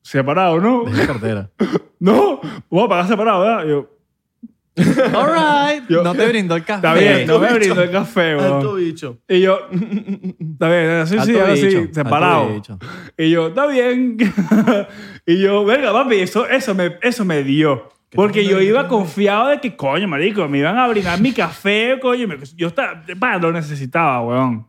Speaker 1: Separado, ¿no?
Speaker 3: Deja la cartera.
Speaker 1: No, vamos a pagar separado, ¿verdad? Y Yo,
Speaker 3: All right.
Speaker 1: Yo-
Speaker 3: No te brindó el café.
Speaker 1: está bien, no me
Speaker 2: bicho.
Speaker 1: brindo el café,
Speaker 2: Alto
Speaker 1: weón.
Speaker 2: bicho.
Speaker 1: Y yo, está bien, sí,
Speaker 3: Alto
Speaker 1: sí, ahora
Speaker 3: bicho,
Speaker 1: sí,
Speaker 3: alto
Speaker 1: separado.
Speaker 3: bicho.
Speaker 1: Y yo, está bien. y yo, venga, papi, eso, eso, me, eso me dio. Porque yo iba confiado de que, coño, marico, me iban a brindar mi café, coño. me- Yo estaba, pa, lo necesitaba, weón.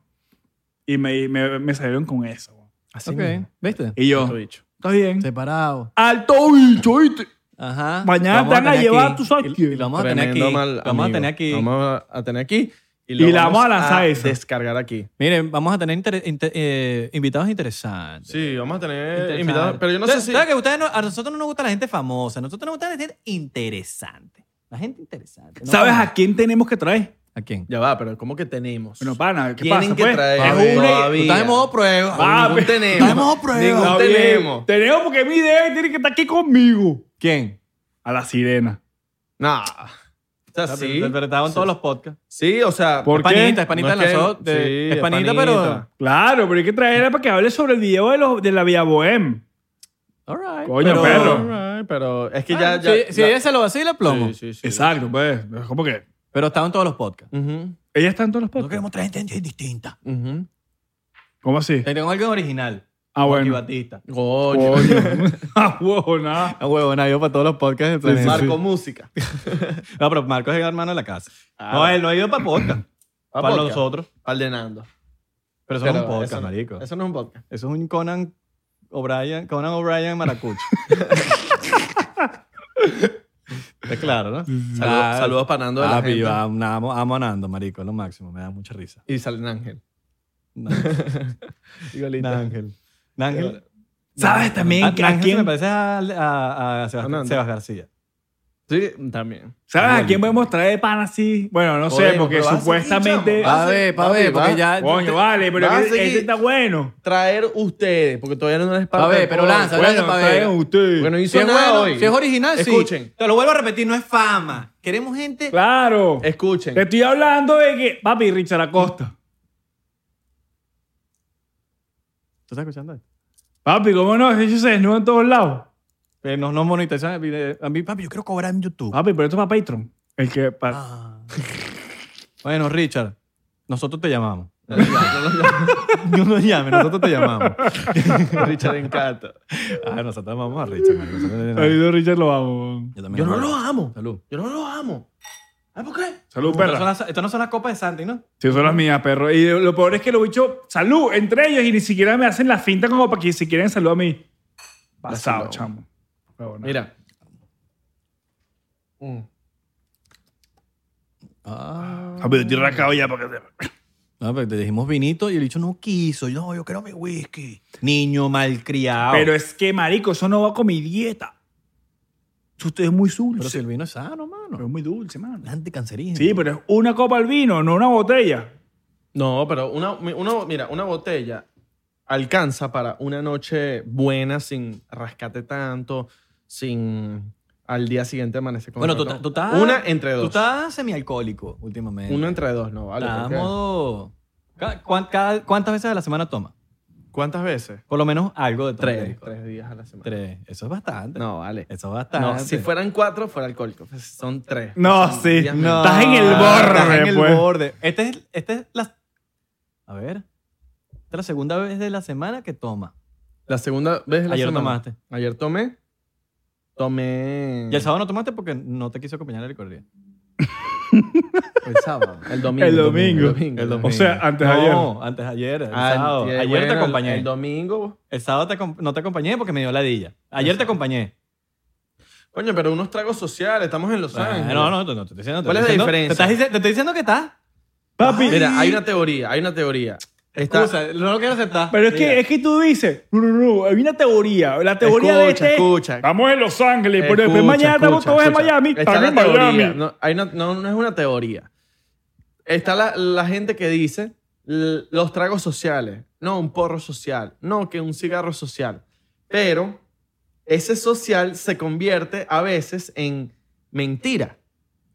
Speaker 1: Y me, me, me salieron con eso. weón.
Speaker 2: Así
Speaker 3: Ok,
Speaker 2: mismo.
Speaker 3: ¿viste?
Speaker 1: Y yo,
Speaker 2: Alto bicho.
Speaker 1: está bien.
Speaker 3: Separado.
Speaker 1: Alto bicho, ¿viste?
Speaker 3: Ajá.
Speaker 1: Mañana
Speaker 3: Lo
Speaker 1: te
Speaker 3: vamos
Speaker 1: van a
Speaker 3: tener
Speaker 1: llevar,
Speaker 3: aquí.
Speaker 1: tú sabes
Speaker 3: Y-
Speaker 1: quién.
Speaker 3: Y lo vamos a tener aquí.
Speaker 2: Tremendo mal
Speaker 3: Lo vamos a
Speaker 2: amigo.
Speaker 3: tener aquí.
Speaker 2: Lo vamos a tener aquí.
Speaker 1: Y la vamos a lanzar esa.
Speaker 2: descargar aquí.
Speaker 3: Miren, vamos a tener inter- inter- eh, invitados interesantes.
Speaker 2: Sí, vamos a tener
Speaker 3: Interesante.
Speaker 2: invitados. Pero yo no sé
Speaker 3: Ustedes-
Speaker 2: si...
Speaker 3: ¿saben que ustedes no- a nosotros no nos gusta la gente famosa, a nosotros nos gusta la gente interesante. La gente interesante. ¿no?
Speaker 1: ¿Sabes a quién tenemos que traer?
Speaker 3: ¿A quién?
Speaker 2: Ya va, pero ¿cómo que tenemos?
Speaker 1: Bueno, pana, ¿qué
Speaker 2: Tienen
Speaker 1: pasa,
Speaker 2: que
Speaker 1: pues?
Speaker 2: traer
Speaker 1: Es una-
Speaker 2: todavía.
Speaker 3: Estás en modo prueba.
Speaker 1: Ah,
Speaker 2: Ningún
Speaker 1: pe-
Speaker 2: tenemos.
Speaker 3: Estamos a prueba.
Speaker 2: Ningún
Speaker 1: Está bien.
Speaker 2: tenemos.
Speaker 1: Tenemos porque mi idea tiene que estar aquí conmigo.
Speaker 3: ¿Quién?
Speaker 1: A la sirena.
Speaker 2: Nah. O sea,
Speaker 3: Sí.
Speaker 2: sí.
Speaker 3: Pero estaban todos los podcasts.
Speaker 2: Sí, o sea...
Speaker 1: ¿Por
Speaker 3: Es panita,
Speaker 1: qué?
Speaker 3: es panita
Speaker 2: No es que-
Speaker 3: lanzó de-
Speaker 2: sí,
Speaker 3: es
Speaker 2: es
Speaker 3: panita,
Speaker 2: panita.
Speaker 3: pero...
Speaker 1: Claro, pero hay que traerla para que hable sobre el video de, los, de la Vía Bohem.
Speaker 3: All right,
Speaker 1: Coño,
Speaker 3: pero-
Speaker 1: perro.
Speaker 2: Alright, pero es que
Speaker 3: Ah,
Speaker 2: ya... ya
Speaker 3: si- si ella se lo vacila, plomo.
Speaker 2: Sí, sí, sí.
Speaker 1: Exacto, pues. ¿Cómo que?
Speaker 3: Pero estaban todos los podcasts.
Speaker 2: Ujú,
Speaker 1: Ella está en todos los
Speaker 3: No
Speaker 1: podcasts.
Speaker 3: queremos traer gente distinta.
Speaker 2: ujú.
Speaker 1: ¿Cómo
Speaker 2: Eh,
Speaker 1: así?
Speaker 3: Tenemos alguien original.
Speaker 1: Ah,
Speaker 3: Joaquín
Speaker 1: bueno.
Speaker 3: Batista.
Speaker 2: Coño.
Speaker 1: Coño. Ah, huevo, nada.
Speaker 3: Ah, huevo, yo para todos los podcasts del
Speaker 1: planeta.
Speaker 3: planeta.
Speaker 2: Marco Música.
Speaker 3: No, pero Marco es el hermano de la casa.
Speaker 2: Ah,
Speaker 3: no, él no ha ido para podcast.
Speaker 2: Pa'
Speaker 3: para
Speaker 2: podcast.
Speaker 3: nosotros.
Speaker 2: Al de Nando.
Speaker 3: Pero eso
Speaker 2: Pero
Speaker 3: no es un podcast,
Speaker 2: eso no-
Speaker 3: marico. Eso
Speaker 2: Eso no es un podcast.
Speaker 3: es un Conan O'Brien, Conan O'Brien Maracucho. Está claro, ¿no?
Speaker 2: Saludos- saludos para Nando de la
Speaker 3: Papi,
Speaker 2: gente.
Speaker 3: yo amo, amo- amo a Nando, marico. Es lo máximo. Me da mucha risa.
Speaker 2: Y salen Ángel.
Speaker 3: Nángel.
Speaker 2: Igualita.
Speaker 3: Nángel. Nángel.
Speaker 1: ¿Sabes también
Speaker 3: Ah,
Speaker 1: que a
Speaker 3: Nángel
Speaker 1: quién-
Speaker 3: me parece a, a- a Sebas-
Speaker 2: A Nando.
Speaker 3: Sebas García.
Speaker 2: Sí, también.
Speaker 1: ¿Sabes a quién podemos traer de pan así? Bueno, no sé,
Speaker 2: Podemos,
Speaker 1: porque
Speaker 2: pero vas a seguir,
Speaker 1: supuestamente.
Speaker 2: chamo, vas.
Speaker 3: Pa' ver, pa'
Speaker 2: Papi,
Speaker 3: ver, porque
Speaker 2: va.
Speaker 3: ya.
Speaker 1: Coño, vale, pero
Speaker 2: Vas a
Speaker 1: que-
Speaker 2: seguir.
Speaker 1: este está bueno.
Speaker 2: Traer ustedes, porque todavía no les parte.
Speaker 3: A ver,
Speaker 2: del
Speaker 3: pero
Speaker 2: podcast.
Speaker 3: lanza,
Speaker 1: Bueno,
Speaker 3: pa'
Speaker 1: traigan
Speaker 3: ver.
Speaker 1: ustedes.
Speaker 2: Bueno, hizo
Speaker 3: Si es,
Speaker 2: nada
Speaker 3: bueno,
Speaker 2: hoy.
Speaker 3: si es original, sí.
Speaker 2: Escuchen.
Speaker 3: Te lo vuelvo a repetir, no es fama. Queremos gente.
Speaker 1: Claro.
Speaker 2: Escuchen.
Speaker 1: Te estoy hablando de que. Papi, Richard Acosta.
Speaker 3: ¿Tú estás escuchando esto?
Speaker 1: Papi, ¿cómo no? Ellos se desnudan en todos lados.
Speaker 3: Eh, no, no monetizan el video. A mí, papi, yo quiero cobrar en YouTube.
Speaker 1: Papi, pero esto es para Patreon. El que. pa-
Speaker 3: Ah. bueno, Richard, nosotros te llamamos.
Speaker 2: No los llamo.
Speaker 3: No nos llames, nosotros te llamamos.
Speaker 2: Richard Encanto.
Speaker 3: Ah, nosotros amamos a Richard. marico. Nosotros-
Speaker 1: Querido Richard, lo amo.
Speaker 3: Yo, también
Speaker 2: Yo no
Speaker 3: amo.
Speaker 2: los amo.
Speaker 3: Salud.
Speaker 2: Yo no los amo. ¿Ay, por qué?
Speaker 1: Salud,
Speaker 3: Estas son
Speaker 1: perra.
Speaker 3: las- Estas no son las copas de Santi, ¿no?
Speaker 1: Sí, son las mías, perro. Y lo peor es que los bichos, salud entre ellos y ni siquiera me hacen la finta como para que si quieren salud a mí. Pasado,
Speaker 2: Lástima,
Speaker 1: chamo. Huevona.
Speaker 2: Mira. Mm.
Speaker 3: Ah.
Speaker 1: Papi, yo estoy rascado ya para que
Speaker 3: No, pero te dijimos vinito y el bicho no quiso. Yo, No, yo quiero mi whisky. Niño malcriado.
Speaker 1: Pero es que, marico, eso no va con mi dieta. Eso usted es muy
Speaker 3: Pero
Speaker 1: dulce.
Speaker 3: si el vino es sano, mano.
Speaker 1: Pero es muy dulce, mano.
Speaker 3: Anticancerígeno.
Speaker 1: Sí, pero es una copa al vino, no una botella.
Speaker 2: No, pero una, una- mira, una botella alcanza para una noche buena sin rascate tanto, sin al día siguiente amanecer con
Speaker 3: Bueno, tú,
Speaker 2: otro.
Speaker 3: ta- tú estás.
Speaker 2: una entre
Speaker 3: Tú
Speaker 2: dos,
Speaker 3: estás semialcohólico últimamente.
Speaker 2: una entre dos, no vale.
Speaker 3: Estás
Speaker 2: ¿por qué?
Speaker 3: modo- Ca- cuan- cada- ¿Cuántas veces a la semana toma?
Speaker 2: ¿Cuántas veces?
Speaker 3: Por lo menos algo de toma
Speaker 2: Tres,
Speaker 3: alcohol.
Speaker 2: tres días a la semana.
Speaker 3: Tres. Eso es bastante.
Speaker 2: No vale.
Speaker 3: Eso es bastante.
Speaker 2: No, si fueran cuatro fuera alcohólico, Pues son tres.
Speaker 1: No,
Speaker 2: Son
Speaker 1: sí.
Speaker 2: días
Speaker 1: No.
Speaker 2: menos.
Speaker 1: Estás en el borde,
Speaker 3: Estás en el
Speaker 1: pues.
Speaker 3: borde. Este es, este es la... A ver. Esta es la segunda vez de la semana que toma.
Speaker 2: La segunda vez de la
Speaker 3: Ayer
Speaker 2: semana.
Speaker 3: tomaste.
Speaker 2: Ayer tomé, tomé.
Speaker 1: Mm.
Speaker 3: Y el sábado no tomaste porque no te quiso acompañar a la licorería.
Speaker 2: El sábado. El domingo.
Speaker 1: El domingo.
Speaker 3: El domingo.
Speaker 1: O sea, antes de ayer.
Speaker 3: No, antes ayer. El sábado.
Speaker 2: Antier,
Speaker 3: Ayer te
Speaker 2: bueno, el-
Speaker 3: acompañé.
Speaker 2: El domingo.
Speaker 3: El sábado te acom- no te acompañé porque me dio ladilla. Ayer te acompañé.
Speaker 2: Coño, pero unos tragos sociales, estamos en Los
Speaker 3: Ah,
Speaker 2: Ángeles.
Speaker 3: no, no, no, no, te estoy diciendo. te
Speaker 2: ¿Cuál
Speaker 3: estoy
Speaker 2: es la
Speaker 3: diciendo-
Speaker 2: diferencia?
Speaker 3: Te, estás dice- te estoy diciendo que estás.
Speaker 1: Papi,
Speaker 2: Mira, hay una teoría, hay una teoría. Está,
Speaker 3: O sea, no lo quiero aceptar.
Speaker 1: pero es
Speaker 2: mira.
Speaker 1: que, es que tú dices, no, no, no, hay una teoría. La teoría de
Speaker 2: Escucha,
Speaker 1: este es,
Speaker 2: escucha.
Speaker 1: Estamos en Los Ángeles, pero
Speaker 2: Escucha,
Speaker 1: después mañana estamos
Speaker 2: escucha,
Speaker 1: todos en
Speaker 2: escucha.
Speaker 1: Miami.
Speaker 2: Está
Speaker 1: Estamos
Speaker 2: la
Speaker 1: en Miami.
Speaker 2: teoría, No, hay una- no, no es una teoría. Está la, la gente que dice l- los tragos sociales. No, un porro social. No, que un cigarro social. Pero ese social se convierte a veces en mentira.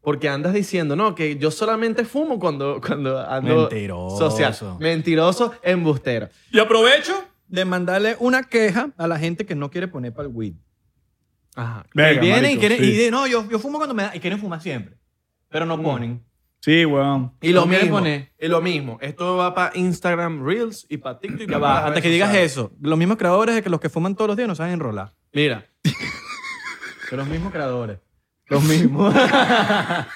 Speaker 2: Porque andas diciendo, no, que yo solamente fumo cuando, cuando ando
Speaker 3: Mentiroso.
Speaker 2: social. Mentiroso, embustero.
Speaker 3: Y aprovecho de mandarle una queja a la gente que no quiere poner para el weed.
Speaker 2: Ajá.
Speaker 1: Verga,
Speaker 3: Que vienen
Speaker 1: marico,
Speaker 3: y quieren,
Speaker 1: sí.
Speaker 3: y dicen, no, yo, yo fumo cuando me da, y quieren fumar siempre. Pero no ponen.
Speaker 1: Sí, weón.
Speaker 2: Y lo
Speaker 3: ¿Cómo quieres
Speaker 2: mismo.
Speaker 3: poner?
Speaker 2: Y lo mismo. Esto va para Instagram Reels y para TikTok. y
Speaker 3: Ya
Speaker 2: pa'
Speaker 3: va,
Speaker 2: todas las
Speaker 3: antes que
Speaker 2: redes
Speaker 3: digas
Speaker 2: sociales.
Speaker 3: eso, los mismos creadores de que los que fuman todos los días no saben enrolar.
Speaker 2: Mira,
Speaker 3: Son los mismos creadores. Los mismos. Ajá,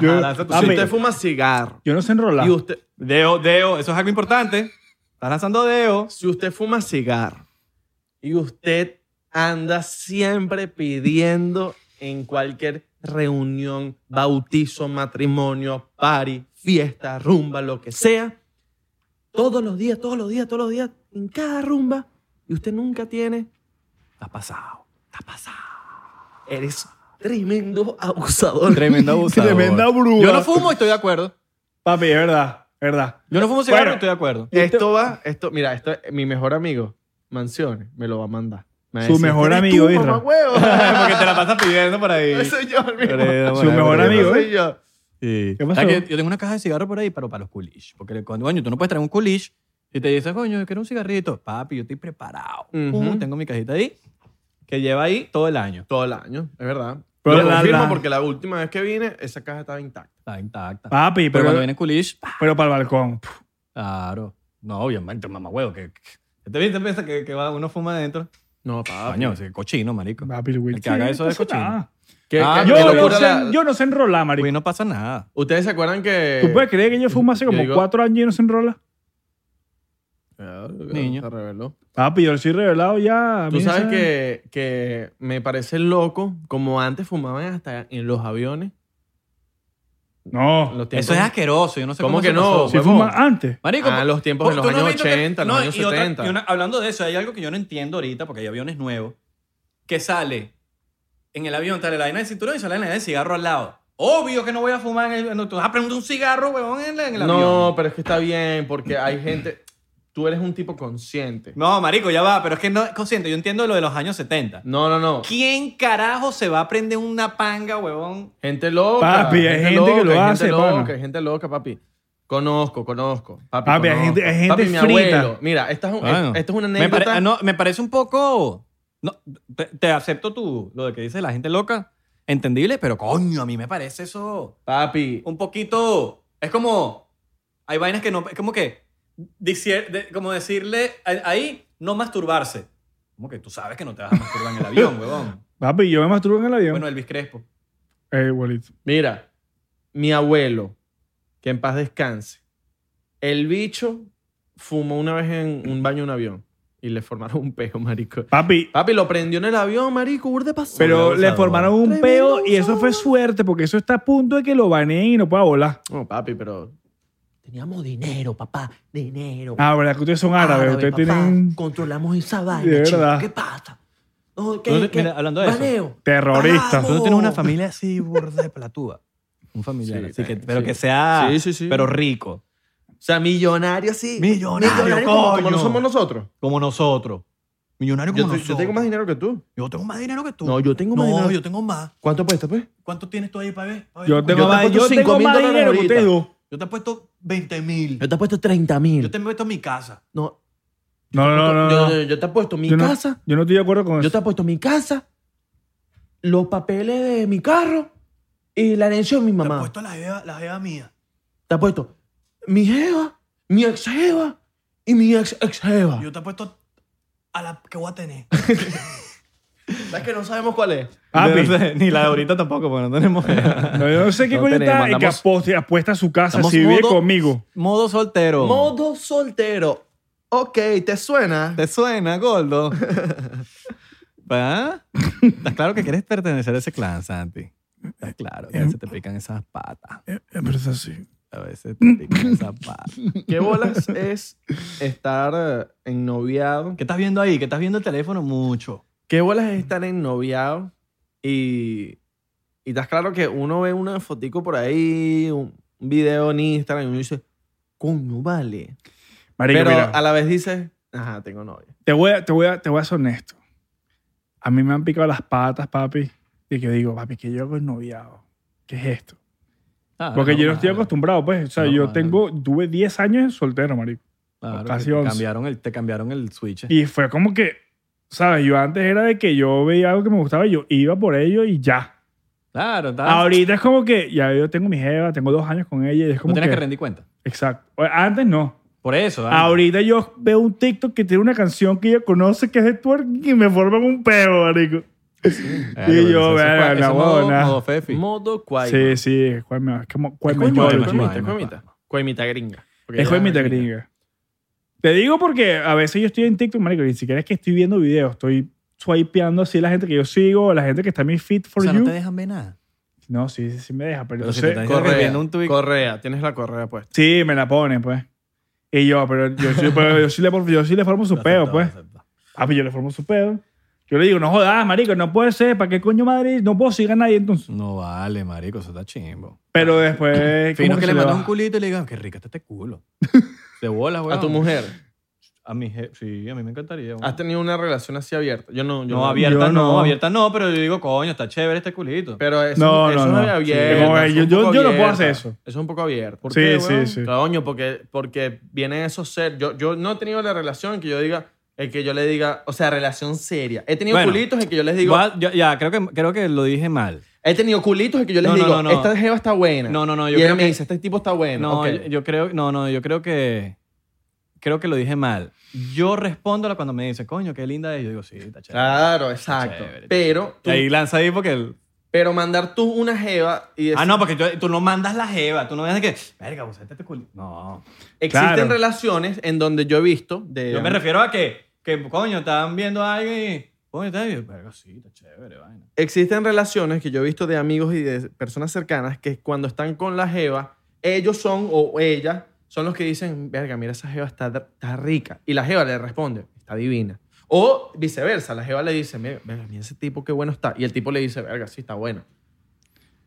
Speaker 1: Yo-
Speaker 3: lanza tu
Speaker 1: Ah,
Speaker 2: si
Speaker 1: me-
Speaker 2: usted fuma cigarro
Speaker 1: Yo no sé enrolar.
Speaker 2: y usted,
Speaker 3: Deo, deo, eso es algo importante. Estás lanzando deo.
Speaker 2: si usted fuma cigarro y usted anda siempre pidiendo en cualquier reunión, bautizo, matrimonio, party, fiesta, rumba, lo que sea, todos los días, todos los días, todos los días, en cada rumba, y usted nunca tiene,
Speaker 3: Estás pasado. Estás pasado.
Speaker 2: eres tremendo abusador.
Speaker 3: Tremenda abusador.
Speaker 1: Tremenda bruja.
Speaker 3: Yo no fumo y estoy de acuerdo.
Speaker 1: Papi, es verdad, es verdad.
Speaker 3: Yo no fumo cigarro
Speaker 1: Bueno.
Speaker 3: y estoy de acuerdo.
Speaker 1: Este-
Speaker 2: Esto va, esto, mira, esto, mi mejor amigo, Mansiones, me lo va a mandar. Me va a
Speaker 1: Su
Speaker 2: decir,
Speaker 1: mejor
Speaker 2: "Eres
Speaker 1: amigo,
Speaker 2: tú,
Speaker 1: Isra".
Speaker 2: mamahuevo".
Speaker 3: Porque te la pasas pidiendo por ahí.
Speaker 2: No soy yo, el mismo.
Speaker 3: Pero,
Speaker 1: Su
Speaker 3: bueno,
Speaker 1: mejor
Speaker 3: pero-
Speaker 1: amigo,
Speaker 2: Soy
Speaker 1: ¿eh?
Speaker 2: yo.
Speaker 3: Sí.
Speaker 1: ¿Qué pasó?
Speaker 3: Ah, que Yo, yo tengo una caja de cigarros por ahí, pero para los coolish. Porque cuando, coño, tú no puedes traer un coolish y te dices, coño, yo quiero un cigarrito. Papi, yo estoy preparado. Pum,
Speaker 2: Ujú.
Speaker 3: tengo mi cajita ahí que lleva ahí todo el año.
Speaker 2: Todo el año, es verdad.
Speaker 1: Pero
Speaker 2: lo
Speaker 1: la-
Speaker 2: confirmo
Speaker 1: la-
Speaker 2: porque la última vez que vine, esa caja estaba intacta.
Speaker 3: Está intacta.
Speaker 1: Papi,
Speaker 3: pero, cuando
Speaker 1: pero,
Speaker 3: viene coolish, pa,
Speaker 1: pero para el balcón. Puf,
Speaker 3: claro. No, obviamente, mamá huevo. Que, que- ¿Te viste? Piensa que, que va, uno fuma adentro. Ah,
Speaker 2: No, papá.
Speaker 3: Coño, ese cochino, marico.
Speaker 1: Papi, el
Speaker 3: El que haga eso de cochino.
Speaker 2: ¿Qué-
Speaker 3: Ah,
Speaker 2: qué-
Speaker 1: Yo,
Speaker 2: qué
Speaker 1: no
Speaker 3: Pero
Speaker 2: locura
Speaker 1: sé,
Speaker 2: la-
Speaker 1: yo no sé enrolar, marico.
Speaker 3: Güey, no pasa nada.
Speaker 2: ¿Ustedes se acuerdan que...?
Speaker 1: ¿Tú puedes creer que yo fumo hace
Speaker 2: yo
Speaker 1: como
Speaker 2: digo-
Speaker 1: cuatro años y no se enrola?
Speaker 2: Ah,
Speaker 3: Niño.
Speaker 2: Se reveló.
Speaker 1: Papi, yo soy revelado ya. a
Speaker 2: Tú
Speaker 1: mí
Speaker 2: sabes
Speaker 1: esa-
Speaker 2: que, que me parece loco como antes fumaban hasta en los aviones.
Speaker 1: No.
Speaker 2: los tiempos-
Speaker 3: Eso es asqueroso. Yo no sé
Speaker 2: ¿Cómo
Speaker 3: cómo,
Speaker 2: que
Speaker 3: se
Speaker 2: no?
Speaker 3: pasó.
Speaker 1: Si
Speaker 2: huevón.
Speaker 1: fuma antes.
Speaker 3: Marico,
Speaker 2: Ah,
Speaker 3: po-
Speaker 2: los tiempos de
Speaker 3: po-
Speaker 2: los
Speaker 3: tú no has
Speaker 2: años
Speaker 3: visto que-
Speaker 2: 80, los
Speaker 3: no,
Speaker 2: años
Speaker 3: y otra-
Speaker 2: 70.
Speaker 3: y una- hablando de eso, hay algo que yo no entiendo ahorita, porque hay aviones nuevos, que sale en el avión, sale la vaina de cinturón y sale la vaina de cigarro al lado. Obvio que no voy a fumar en el... No, tú vas a prender un cigarro, weón, en, la- en el avión.
Speaker 2: No, pero es que está bien porque hay gente... Tú eres un tipo consciente.
Speaker 3: No, marico, ya va, pero es que no... Consciente, yo entiendo lo de los años 70.
Speaker 2: No, no, no.
Speaker 3: ¿Quién carajo se va a prender una panga, huevón?
Speaker 2: Gente loca.
Speaker 1: Papi, hay gente que lo
Speaker 2: hay
Speaker 1: hace,
Speaker 2: gente loca,
Speaker 1: pana.
Speaker 2: Hay gente loca, papi. Conozco, conozco. Papi,
Speaker 1: Papi, hay
Speaker 2: conozco.
Speaker 1: gente- hay gente
Speaker 2: Papi, mi
Speaker 1: frita.
Speaker 2: abuelo. Mira, esta es, un-
Speaker 3: Bueno.
Speaker 2: esta es una
Speaker 3: Me,
Speaker 2: anécdota.
Speaker 3: pare- ah, no, me parece un poco... no, te, te acepto tú, lo de que dice la gente loca. Entendible, pero coño, a mí me parece eso...
Speaker 2: Papi,
Speaker 3: un poquito. Es como. Hay vainas que no. Es como que. disier- de- como decirle a- ahí, no masturbarse. Como que tú sabes que no te vas a masturbar en el avión, huevón.
Speaker 1: Papi, yo me masturbo en el avión.
Speaker 3: Bueno, Elvis Crespo.
Speaker 1: Eh, igualito.
Speaker 2: mira. Mi abuelo, que en paz descanse. El bicho fumó una vez en un baño de un avión. Y le formaron un peo, marico.
Speaker 1: Papi,
Speaker 2: Papi, lo prendió en el avión, marico. Burde pasó.
Speaker 1: pero le
Speaker 3: abusador.
Speaker 1: formaron un
Speaker 2: Tremendo
Speaker 1: peo y eso fue suerte porque eso está a punto de que lo baneen y no pueda volar.
Speaker 2: No, papi, pero...
Speaker 5: Teníamos dinero, papá, dinero.
Speaker 1: Ah, verdad que ustedes son árabes.
Speaker 5: Árabe,
Speaker 1: ustedes
Speaker 5: papá.
Speaker 1: tienen
Speaker 5: Controlamos esa
Speaker 1: De
Speaker 5: vaina, chico.
Speaker 1: verdad.
Speaker 5: ¿Qué pasa? No,
Speaker 3: Tú no
Speaker 5: ¿qué,
Speaker 3: te-
Speaker 5: qué?
Speaker 3: mira, hablando de eso.
Speaker 5: Baneo.
Speaker 1: terroristas.
Speaker 5: Paramos.
Speaker 3: Tú no tienes una familia así burda de platúa. Un familiar,
Speaker 2: Sí,
Speaker 3: así que,
Speaker 2: sí.
Speaker 3: pero que sea.
Speaker 2: Sí, sí, sí.
Speaker 3: Pero rico.
Speaker 2: O sea, millonario así.
Speaker 3: Millonario,
Speaker 2: como, como
Speaker 3: coño.
Speaker 2: no somos nosotros.
Speaker 3: Como nosotros. Millonario
Speaker 2: Yo,
Speaker 3: como
Speaker 2: te- yo
Speaker 3: nosotros.
Speaker 2: tengo más dinero que tú.
Speaker 3: Yo tengo más dinero que tú.
Speaker 2: No, yo tengo más
Speaker 3: No,
Speaker 2: dinero.
Speaker 3: yo tengo más.
Speaker 2: ¿Cuánto apuestas, pues?
Speaker 3: ¿Cuánto tienes tú ahí para ver? Pa' ver
Speaker 1: Yo
Speaker 3: cómo-
Speaker 1: tengo
Speaker 2: te
Speaker 1: más,
Speaker 2: apuesto
Speaker 1: yo
Speaker 2: 5.000
Speaker 1: tengo más
Speaker 2: dólares
Speaker 1: dinero que
Speaker 2: ahorita.
Speaker 1: ustedes dos.
Speaker 3: Yo te he puesto 20 mil.
Speaker 2: Yo te he puesto 30 mil.
Speaker 3: Yo te he puesto mi casa.
Speaker 2: No,
Speaker 1: No, no, no,
Speaker 2: yo,
Speaker 1: no, no.
Speaker 2: yo- yo te he puesto mi
Speaker 1: Yo no,
Speaker 2: casa.
Speaker 1: yo no estoy de acuerdo con
Speaker 2: Yo
Speaker 1: eso.
Speaker 2: te he puesto mi casa, los papeles de mi carro y la herencia de mi
Speaker 3: Te he
Speaker 2: mamá.
Speaker 3: puesto la jeva, la jeva mía.
Speaker 2: Te he puesto mi jeva, mi ex jeva y mi ex ex jeva.
Speaker 3: Yo te he puesto a la que voy a tener.
Speaker 2: ¿Sabes que no sabemos cuál es?
Speaker 1: Papi.
Speaker 3: ni la de ahorita tampoco, porque Ah, no tenemos.
Speaker 1: Ah, No, yo no sé qué
Speaker 2: No
Speaker 1: coño está
Speaker 2: tenemos,
Speaker 1: el que
Speaker 2: andamos-
Speaker 1: aposte- apuesta a su casa
Speaker 3: Estamos
Speaker 1: si vive
Speaker 3: modo-
Speaker 1: conmigo.
Speaker 3: Modo soltero.
Speaker 2: Modo soltero. Ok, ¿te suena?
Speaker 3: ¿Te suena, Gordo? ¿Va? Está claro que quieres pertenecer a ese clan, Santi. Está claro que a veces te pican esas patas.
Speaker 2: Eh,
Speaker 1: Pero es así.
Speaker 3: A veces te pican esas patas.
Speaker 2: ¿Qué bolas es estar eh, ennoviado?
Speaker 3: ¿Qué estás viendo ahí? ¿Qué estás viendo el teléfono? Mucho.
Speaker 2: ¿Qué bolas es estar ennoviado? Y, y estás claro que uno ve una fotico por ahí, un un video en Instagram, y uno dice, coño, vale.
Speaker 1: Marico,
Speaker 2: Pero
Speaker 1: mira,
Speaker 2: a la vez dices, ajá, tengo novia.
Speaker 1: te, voy a, te, voy a, te voy a ser honesto. A mí me han picado las patas, papi. Y que digo, papi, que yo hago el noviado. ¿qué es esto?
Speaker 3: Claro,
Speaker 1: Porque yo no estoy
Speaker 3: claro.
Speaker 1: acostumbrado, pues. O sea,
Speaker 3: No,
Speaker 1: yo
Speaker 3: vale.
Speaker 1: tengo, tuve 10 años soltero, marico.
Speaker 3: Claro,
Speaker 1: Casi
Speaker 3: que te
Speaker 1: 11.
Speaker 3: cambiaron el, te cambiaron el switch.
Speaker 1: Y fue como que, ¿sabes? Yo antes era de que yo veía algo que me gustaba y yo iba por ello y ya.
Speaker 3: claro, estás-
Speaker 1: Ahorita es como que, ya yo tengo mi jeva, tengo dos años con ella y es
Speaker 3: no
Speaker 1: como
Speaker 3: tienes
Speaker 1: que,
Speaker 3: que... rendir cuenta.
Speaker 1: Exacto. O- Antes no.
Speaker 3: Por eso. dale.
Speaker 1: Ahorita yo veo un TikTok que tiene una canción que ella conoce que es de twerking y me forman un peo, marico.
Speaker 3: Claro,
Speaker 1: y yo,
Speaker 3: eso es
Speaker 1: verga,
Speaker 3: cua- eso es modo-
Speaker 1: huevona.
Speaker 3: modo Fefi.
Speaker 2: Modo cuaima.
Speaker 1: Sí, sí, es cuaima. Es como cuaima.
Speaker 3: Es
Speaker 1: yo,
Speaker 3: cuaima,
Speaker 1: lo
Speaker 3: es cuaima.
Speaker 1: chico.
Speaker 2: Cuaimita, cuaimita. Cuaimita gringa. Porque
Speaker 1: Es
Speaker 2: ya-
Speaker 1: cuaimita gringa. Te digo porque a veces yo estoy en TikTok, marico, y ni siquiera es que estoy viendo videos, estoy swipeando así la gente que yo sigo, la gente que está en mi feed for
Speaker 3: O sea,
Speaker 1: you.
Speaker 3: no
Speaker 1: No,
Speaker 3: te dejan ver nada.
Speaker 1: sí, sí, sí me deja, pero,
Speaker 3: Pero si
Speaker 1: entonces-
Speaker 3: te estás-
Speaker 2: Correa,
Speaker 3: Viendo un tuit.
Speaker 2: correa. Tienes la correa puesta.
Speaker 1: Sí, me la ponen, pues. Y yo, pero yo, sí- pero yo sí, le, yo sí le formo su peo, pues. Ah, pues yo le formo su peo. Yo le digo, no jodas, marico, no puede ser, ¿para qué coño madre? No puedo seguir a nadie entonces.
Speaker 3: No vale, marico, eso está chimbo.
Speaker 1: Pero después.
Speaker 3: Fino
Speaker 1: como
Speaker 3: que, le
Speaker 1: se
Speaker 3: mandas
Speaker 1: va.
Speaker 3: un culito y le digan, qué rica está este culo. De bolas, weón.
Speaker 2: A tu mujer.
Speaker 3: A mi je- sí, a mí me encantaría. weón.
Speaker 2: ¿Has tenido una relación así abierta? Yo no. Yo
Speaker 3: No, abierta
Speaker 1: yo
Speaker 3: no.
Speaker 1: no.
Speaker 3: abierta no, pero yo digo, coño, está chévere este culito.
Speaker 2: Pero eso,
Speaker 1: No,
Speaker 2: eso
Speaker 1: no,
Speaker 2: no
Speaker 1: no.
Speaker 2: es
Speaker 1: Sí.
Speaker 2: abierto.
Speaker 1: Como,
Speaker 2: eso es
Speaker 1: yo-
Speaker 2: un
Speaker 1: yo-
Speaker 2: poco
Speaker 1: yo no puedo
Speaker 2: abierta.
Speaker 1: hacer eso.
Speaker 2: Eso es un poco abierto.
Speaker 1: Sí,
Speaker 2: qué,
Speaker 1: sí,
Speaker 2: weón?
Speaker 1: sí.
Speaker 2: Coño, porque, porque vienen esos ser. Yo, yo no he tenido la relación que yo diga, el que yo le diga, o sea, relación seria. He tenido
Speaker 3: Bueno.
Speaker 2: culitos en que yo les digo,
Speaker 3: Voy a- yo- ya, creo que, creo que lo dije mal.
Speaker 2: he tenido culitos en que yo les
Speaker 3: No, no,
Speaker 2: digo,
Speaker 3: no, no.
Speaker 2: esta jeva está buena.
Speaker 3: No, no, no,
Speaker 2: Y
Speaker 3: yo
Speaker 2: ella
Speaker 3: creo
Speaker 2: me
Speaker 3: que-
Speaker 2: dice, este tipo está bueno.
Speaker 3: No,
Speaker 2: Ok.
Speaker 3: yo, yo creo, no, no, yo creo que, creo que lo dije mal. Yo respondo cuando me dice, coño, qué linda es. Yo digo, sí, está chévere.
Speaker 2: Claro, exacto.
Speaker 3: Chévere,
Speaker 2: pero,
Speaker 3: Y
Speaker 2: tú-
Speaker 3: ahí lanza ahí porque... el-
Speaker 2: pero mandar tú una jeva y decir,
Speaker 3: Ah, no, porque tú, tú no mandas la jeva. Tú no ves de que, verga, vos este culito. No.
Speaker 2: existen
Speaker 1: Claro.
Speaker 2: relaciones en donde yo he visto de...
Speaker 3: Yo me refiero a que, que coño, estaban viendo a alguien y... Coño, está bien. Verga, sí, está chévere, vaina.
Speaker 2: existen relaciones que yo he visto de amigos y de personas cercanas que cuando están con la jeva, ellos son o ella son los que dicen, verga, mira, esa jeva está, está rica. Y la jeva le responde, está divina. O viceversa, la jeva le dice, mira, verga, mira ese tipo qué bueno está. Y el tipo le dice, verga, sí, está bueno.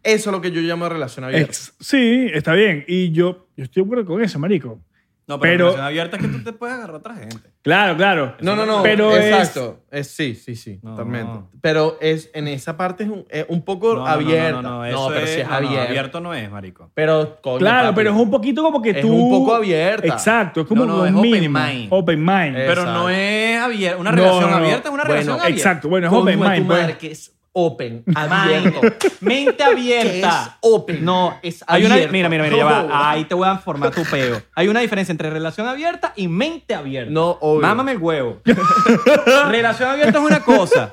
Speaker 2: Eso es lo que yo llamo relación abierta.
Speaker 1: Ex- sí, está bien. Y yo, yo estoy de acuerdo con eso, marico.
Speaker 3: No,
Speaker 1: Pero-
Speaker 3: pero, la relación abierta es que tú te puedes agarrar a otra gente.
Speaker 1: Claro, claro.
Speaker 2: No, no, no.
Speaker 1: Pero es-
Speaker 2: exacto. Es, sí, sí, sí.
Speaker 3: No.
Speaker 2: Totalmente. Pero es, en esa parte es un, es un poco
Speaker 3: No, no, no,
Speaker 2: abierta.
Speaker 3: No, no, no,
Speaker 2: No,
Speaker 3: eso
Speaker 2: pero sí es
Speaker 3: no, no,
Speaker 2: abierta.
Speaker 3: abierto no es, marico.
Speaker 2: Pero, coño,
Speaker 1: Claro,
Speaker 2: papi,
Speaker 1: pero es un poquito como que
Speaker 2: es
Speaker 1: tú.
Speaker 2: un poco abierta.
Speaker 1: Exacto, es como
Speaker 3: No, no,
Speaker 1: un
Speaker 3: es open
Speaker 1: mínimo.
Speaker 3: mind.
Speaker 1: Open mind.
Speaker 2: Eh,
Speaker 3: Pero
Speaker 2: Exacto.
Speaker 3: no es abierto. Una
Speaker 1: No,
Speaker 3: relación
Speaker 1: no, no.
Speaker 3: abierta es una
Speaker 2: Bueno,
Speaker 3: relación abierta.
Speaker 1: exacto, bueno, es
Speaker 2: Coño,
Speaker 1: open
Speaker 2: a tu
Speaker 1: mind.
Speaker 2: madre,
Speaker 1: pues.
Speaker 2: que es open,
Speaker 3: Mind.
Speaker 2: abierto.
Speaker 3: Mente
Speaker 2: que es
Speaker 3: abierta.
Speaker 2: open.
Speaker 3: No, es hay una,
Speaker 2: abierto.
Speaker 3: mira, mira, mira, ya
Speaker 2: No.
Speaker 3: va. Ahí te voy a formar tu peo. Hay una diferencia entre relación abierta y mente abierta.
Speaker 2: No, obvio.
Speaker 3: Mámame el huevo. relación abierta es una cosa.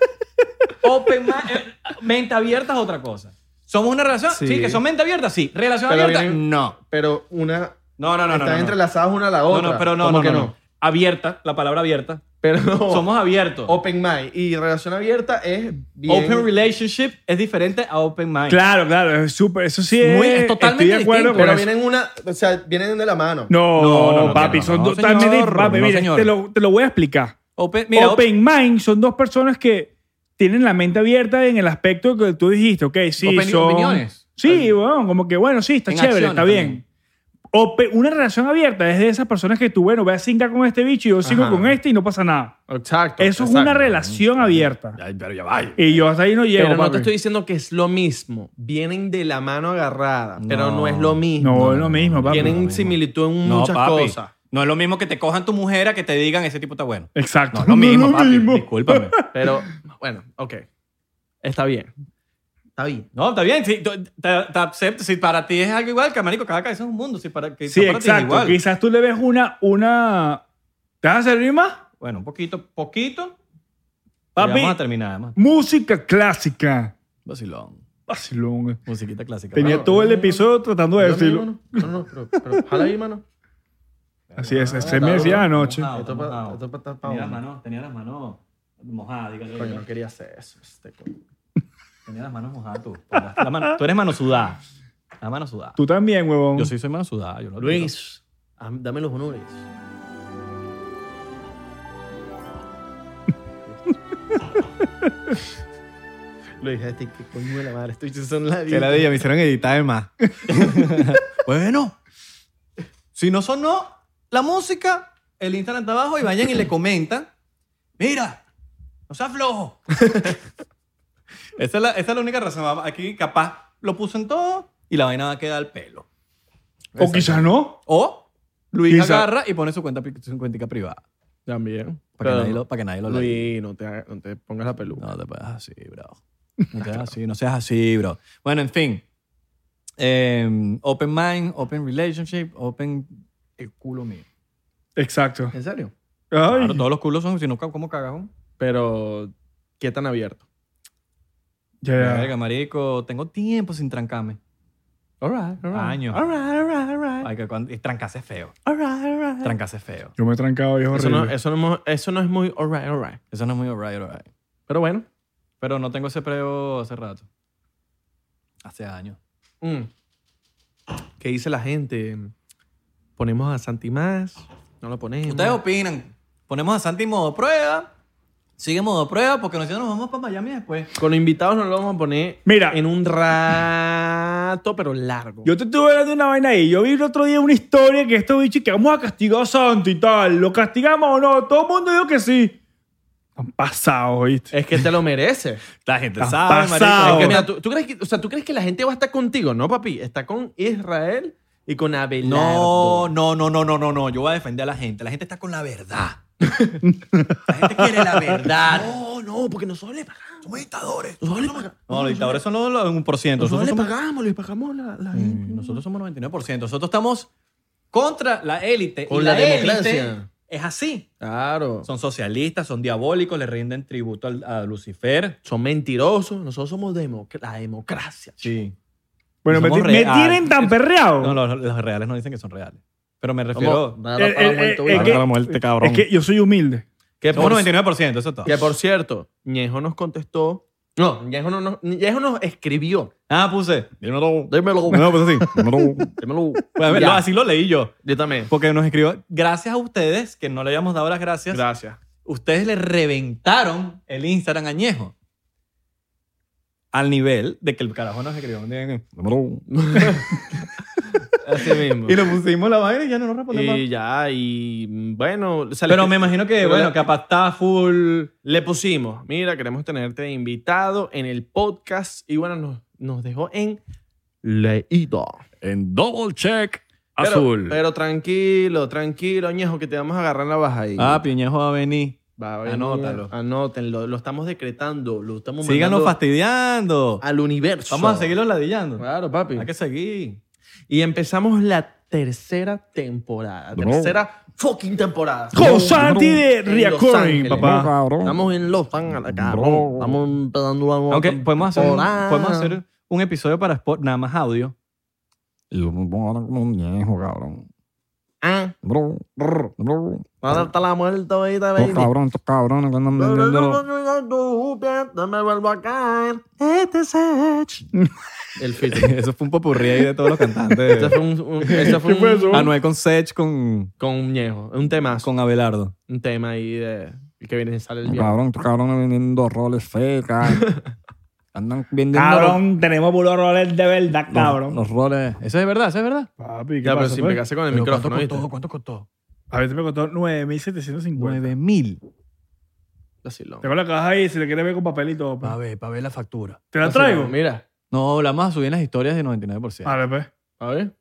Speaker 3: Open mind, eh, mente abierta es otra cosa. ¿Somos una relación? Sí,
Speaker 2: Sí.
Speaker 3: que son mente abierta, sí. ¿Relación
Speaker 2: Pero
Speaker 3: abierta?
Speaker 2: vienen-
Speaker 3: No.
Speaker 2: Pero una.
Speaker 3: No, no, no, no,
Speaker 2: Están
Speaker 3: no, no.
Speaker 2: entrelazadas una a la
Speaker 3: No,
Speaker 2: otra.
Speaker 3: no, pero no,
Speaker 2: ¿Cómo
Speaker 3: no,
Speaker 2: que Oh.
Speaker 3: no, no. Abierta, la palabra abierta.
Speaker 2: Pero no.
Speaker 3: Somos abiertos.
Speaker 2: open mind. Y relación abierta es bien.
Speaker 3: Open relationship es diferente a open mind.
Speaker 1: Claro, claro, es súper. Eso sí es.
Speaker 3: Muy- es totalmente
Speaker 1: estoy de acuerdo
Speaker 3: distinto.
Speaker 1: con
Speaker 2: Pero
Speaker 1: eso.
Speaker 2: vienen una. O sea, vienen de la mano.
Speaker 1: No,
Speaker 3: No, no, no,
Speaker 1: papi,
Speaker 3: no,
Speaker 1: son
Speaker 3: no,
Speaker 1: dos.
Speaker 3: señor,
Speaker 1: también es- papi,
Speaker 3: no,
Speaker 1: mira,
Speaker 3: señor.
Speaker 1: te lo, te lo voy a explicar.
Speaker 3: Open, mira, open,
Speaker 1: open mind son dos personas que tienen la mente abierta en el aspecto que tú dijiste, ok, sí,
Speaker 3: Opini-
Speaker 1: son...
Speaker 3: opiniones.
Speaker 1: Sí, bueno, como que bueno, sí, está
Speaker 3: En
Speaker 1: chévere,
Speaker 3: acciones
Speaker 1: está bien. Ope- una relación abierta es de esas personas que tú, bueno, voy a cingar con este bicho y yo sigo
Speaker 2: Ajá.
Speaker 1: con este y no pasa nada.
Speaker 2: Exacto.
Speaker 1: Eso es una relación abierta.
Speaker 3: Ay, pero ya vaya.
Speaker 1: Y yo hasta ahí no llego,
Speaker 2: Pero no
Speaker 1: papi.
Speaker 2: te estoy diciendo que es lo mismo. Vienen de la mano agarrada. Pero no es lo mismo.
Speaker 1: No, es lo mismo, papi.
Speaker 2: Tienen similitud en
Speaker 3: No,
Speaker 2: muchas
Speaker 3: papi.
Speaker 2: cosas.
Speaker 3: No es lo mismo que te cojan tu mujer a que te digan ese tipo está bueno.
Speaker 1: Exacto.
Speaker 3: No es lo mismo, papi. Discúlpame.
Speaker 2: Pero, bueno, ok. Está bien. Está bien.
Speaker 3: No, está bien. Si, tú- te- te acepto. si para ti es algo igual, que marico, cada cabeza es un mundo. Si para, que
Speaker 1: Sí,
Speaker 3: para ti es
Speaker 1: exacto.
Speaker 3: igual.
Speaker 1: Quizás tú le ves una, una... ¿Te vas a servir más?
Speaker 3: Bueno, un poquito, poquito.
Speaker 1: Papi.
Speaker 3: Papi. Vamos a terminar, además.
Speaker 1: Música clásica.
Speaker 3: Vacilón.
Speaker 1: Vacilón. eh.
Speaker 3: Musiquita clásica.
Speaker 1: Tenía
Speaker 2: Claro,
Speaker 1: todo el
Speaker 2: no, no,
Speaker 1: episodio tratando de
Speaker 2: Yo
Speaker 1: decirlo.
Speaker 2: No, no, no, pero, pero jala ahí, mano.
Speaker 1: Así es, se
Speaker 2: Ah,
Speaker 1: me decía
Speaker 2: bueno,
Speaker 1: anoche.
Speaker 3: Ah,
Speaker 2: Esto
Speaker 3: vamos,
Speaker 2: pa-
Speaker 3: ah,
Speaker 2: esto pa- está pa'
Speaker 3: Tenía las
Speaker 2: uno.
Speaker 3: manos, tenía las manos mojadas, dígalo.
Speaker 2: Coño, no quería hacer eso. este coño.
Speaker 3: Tenía las manos mojadas tú. La mano- tú eres mano sudada. La mano sudada.
Speaker 1: Tú también, huevón.
Speaker 3: Yo sí soy mano sudada. Yo lo
Speaker 2: Luis, ah, dame los honores. Luis, este que coño de la madre, estoy son la
Speaker 3: Que la de ella me hicieron editar de más. bueno, si no sonó la música, el Instagram está abajo y vayan y le comentan. Mira, no seas flojo. esa, es la, esa es la única razón. Vamos, Aquí capaz lo puso en todo y la vaina va a quedar al pelo.
Speaker 1: O quizás no.
Speaker 3: O Luis
Speaker 1: Quizá-
Speaker 3: agarra y pone su cuenta pri- su cuentica privada.
Speaker 2: También.
Speaker 3: Para que
Speaker 2: Pero
Speaker 3: nadie lo, para que nadie lo lea.
Speaker 2: Luis, no te, haga- no te pongas la peluca.
Speaker 3: No te puedes así, bro. No te hagas así, no seas así, bro. Bueno, en fin. Eh, open mind, open relationship, open el culo mío.
Speaker 1: Exacto.
Speaker 3: ¿En serio?
Speaker 1: Ay,
Speaker 3: Claro, todos los culos son, si no, ¿cómo cagajón?
Speaker 2: Pero, ¿qué tan abierto?
Speaker 1: ya, ya.
Speaker 3: Verga, marico, tengo tiempo sin trancarme.
Speaker 2: All right, all right.
Speaker 3: Años.
Speaker 2: All right, all right, all right.
Speaker 3: Ay, que cuando- y trancarse es feo.
Speaker 2: All right, all right.
Speaker 3: Trancarse es feo.
Speaker 1: Yo me he trancado, viejo.
Speaker 2: Eso no,
Speaker 1: horrible.
Speaker 2: eso, no, hemos- eso no es muy all right, all right.
Speaker 3: Eso no es muy alright, alright.
Speaker 2: Pero bueno.
Speaker 3: Pero no tengo ese preo hace rato. Hace años.
Speaker 2: Mm. ¿Qué dice la gente? ¿Ponemos a Santi más? ¿No lo ponemos?
Speaker 3: ¿Ustedes opinan? Ponemos a Santi en modo prueba. Sigue en modo prueba porque nosotros nos vamos para Miami después.
Speaker 2: Con los invitados nos lo vamos a poner
Speaker 1: Mira.
Speaker 2: en un rato, pero largo.
Speaker 1: Yo te estuve hablando de una vaina ahí. Yo vi el otro día una historia que estos bichos que vamos a castigar a Santi y tal. ¿Lo castigamos o no? Todo el mundo dijo que sí. Han pasado, ¿viste?
Speaker 2: Es que te lo mereces.
Speaker 3: La gente
Speaker 1: Estás
Speaker 3: sabe,
Speaker 1: pasado.
Speaker 2: Es que,
Speaker 3: marico.
Speaker 2: mira, ¿tú, tú crees que, o sea, ¿tú crees que la gente va a estar contigo? No, papi. Está con Israel y con Abelardo.
Speaker 3: No, no, no, no, no, no, no. Yo voy a defender a la gente. La gente está con la verdad. la gente quiere la verdad.
Speaker 5: No, no, porque nosotros le pagamos.
Speaker 3: Somos dictadores.
Speaker 5: Nosotros le pagamos.
Speaker 3: No, los dictadores son los, los 1%.
Speaker 5: Nosotros
Speaker 3: Nosotros
Speaker 5: le
Speaker 3: somos,
Speaker 5: pagamos, le pagamos la, la
Speaker 3: Mm, nosotros somos 99%. Nosotros estamos contra la élite.
Speaker 2: Con
Speaker 3: y
Speaker 2: la
Speaker 3: élite
Speaker 2: democracia.
Speaker 3: Es así.
Speaker 2: Claro. Son,
Speaker 3: Son socialistas, son diabólicos, le rinden tributo al- a Lucifer.
Speaker 2: son mentirosos. Nosotros somos democ- la democracia.
Speaker 3: Sí.
Speaker 1: Bueno, me,
Speaker 3: somos
Speaker 1: ti- me
Speaker 3: real.
Speaker 1: tienen tan perreado.
Speaker 3: No, los, los reales no dicen que son reales. Pero me refiero.
Speaker 2: Somos- Nada, para la
Speaker 1: Eh, eh,
Speaker 2: muerte,
Speaker 1: eh,
Speaker 2: güey.
Speaker 1: es que-
Speaker 3: Ahora vamos a este cabrón.
Speaker 1: Es que yo soy humilde.
Speaker 2: Que
Speaker 3: Somos
Speaker 2: por
Speaker 3: 99%, eso es todo.
Speaker 2: Que por cierto, Ñejo nos contestó. No, Ñejo, no nos, Ñejo nos escribió.
Speaker 3: Ah, puse. Dímelo.
Speaker 2: Dímelo.
Speaker 3: No, pues así.
Speaker 2: Dímelo.
Speaker 3: Pues, a ver,
Speaker 2: Ya.
Speaker 3: no, así lo leí yo.
Speaker 2: Yo también.
Speaker 3: Porque nos escribió, gracias a ustedes, que no le habíamos dado las gracias,
Speaker 2: Gracias.
Speaker 3: ustedes le reventaron el Instagram añejo. Al nivel de que el carajo nos escribió un día.
Speaker 2: Así mismo.
Speaker 3: Y le pusimos la vaina y ya no
Speaker 2: Y,
Speaker 3: nos respondió más.
Speaker 2: ya, y mm, bueno. o sea,
Speaker 3: Pero
Speaker 2: le,
Speaker 3: me imagino que,
Speaker 2: Pero
Speaker 3: bueno,
Speaker 2: la-
Speaker 3: capaz estaba full.
Speaker 2: le pusimos, mira, queremos tenerte de invitado en el podcast. Y bueno, nos, nos dejó en leído.
Speaker 3: En double check
Speaker 2: Pero- Pero tranquilo, tranquilo, Ñejo, que te vamos a agarrar la baja ahí.
Speaker 3: ah, Piñejo va a venir.
Speaker 2: Va a venir.
Speaker 3: anótalo.
Speaker 2: Anótenlo. Lo estamos decretando. Lo estamos
Speaker 3: Síganos
Speaker 2: mandando
Speaker 3: fastidiando.
Speaker 2: al universo.
Speaker 3: Vamos a seguirlo ladillando.
Speaker 2: Claro, papi.
Speaker 3: Hay que seguir.
Speaker 2: Y empezamos la tercera temporada. Tercera fucking temporada.
Speaker 1: Con Santi de
Speaker 2: En Los
Speaker 1: Reaccoring,
Speaker 2: Ángeles.
Speaker 1: papá.
Speaker 2: Estamos en Los Ángeles, cabrón. Estamos empezando una nueva
Speaker 3: Aunque podemos hacer, un,
Speaker 2: temporada.
Speaker 3: podemos hacer un episodio para Spot, nada más audio. pues.
Speaker 2: Ah, ahora está la muerte ahorita, baby. No me vuelvo a caer. Este es Edge. El fit.
Speaker 3: Eso fue un popurrí ahí de todos los
Speaker 2: Ese
Speaker 3: cantantes.
Speaker 2: fue un, un- ese fue
Speaker 1: ¿Qué fue Ah.
Speaker 2: un- ah,
Speaker 1: eso?
Speaker 3: Anuel con Sech, con,
Speaker 2: con un ñejo. Un tema.
Speaker 3: con Abelardo.
Speaker 2: Un tema ahí de el que viene
Speaker 1: Ah,
Speaker 2: sale el viernes.
Speaker 6: Cabrón, estos cabrones vendiendo roles secas. Andan vendiendo
Speaker 1: Cabrón, tenemos puros roles de verdad, cabrón.
Speaker 3: Los roles. Eso es verdad, eso es verdad.
Speaker 1: Papi, ¿qué
Speaker 2: Ya, pero
Speaker 1: pasa,
Speaker 2: sin
Speaker 1: pues?
Speaker 2: pegarse con el
Speaker 3: Pero
Speaker 2: micrófono, ¿viste?
Speaker 3: ¿Cuánto costó?
Speaker 1: A ver, te me costó 9.750.
Speaker 3: 9000.
Speaker 2: Vacilón.
Speaker 1: Tengo la caja ahí, si le quieres ver con papelito. pues.
Speaker 3: Para ver, para ver la factura.
Speaker 1: ¿Te la
Speaker 2: Vacilón,
Speaker 1: traigo?
Speaker 2: Mira.
Speaker 3: No, la vamos a subir en las historias de 99%.
Speaker 1: Vale, pues.
Speaker 2: A ver.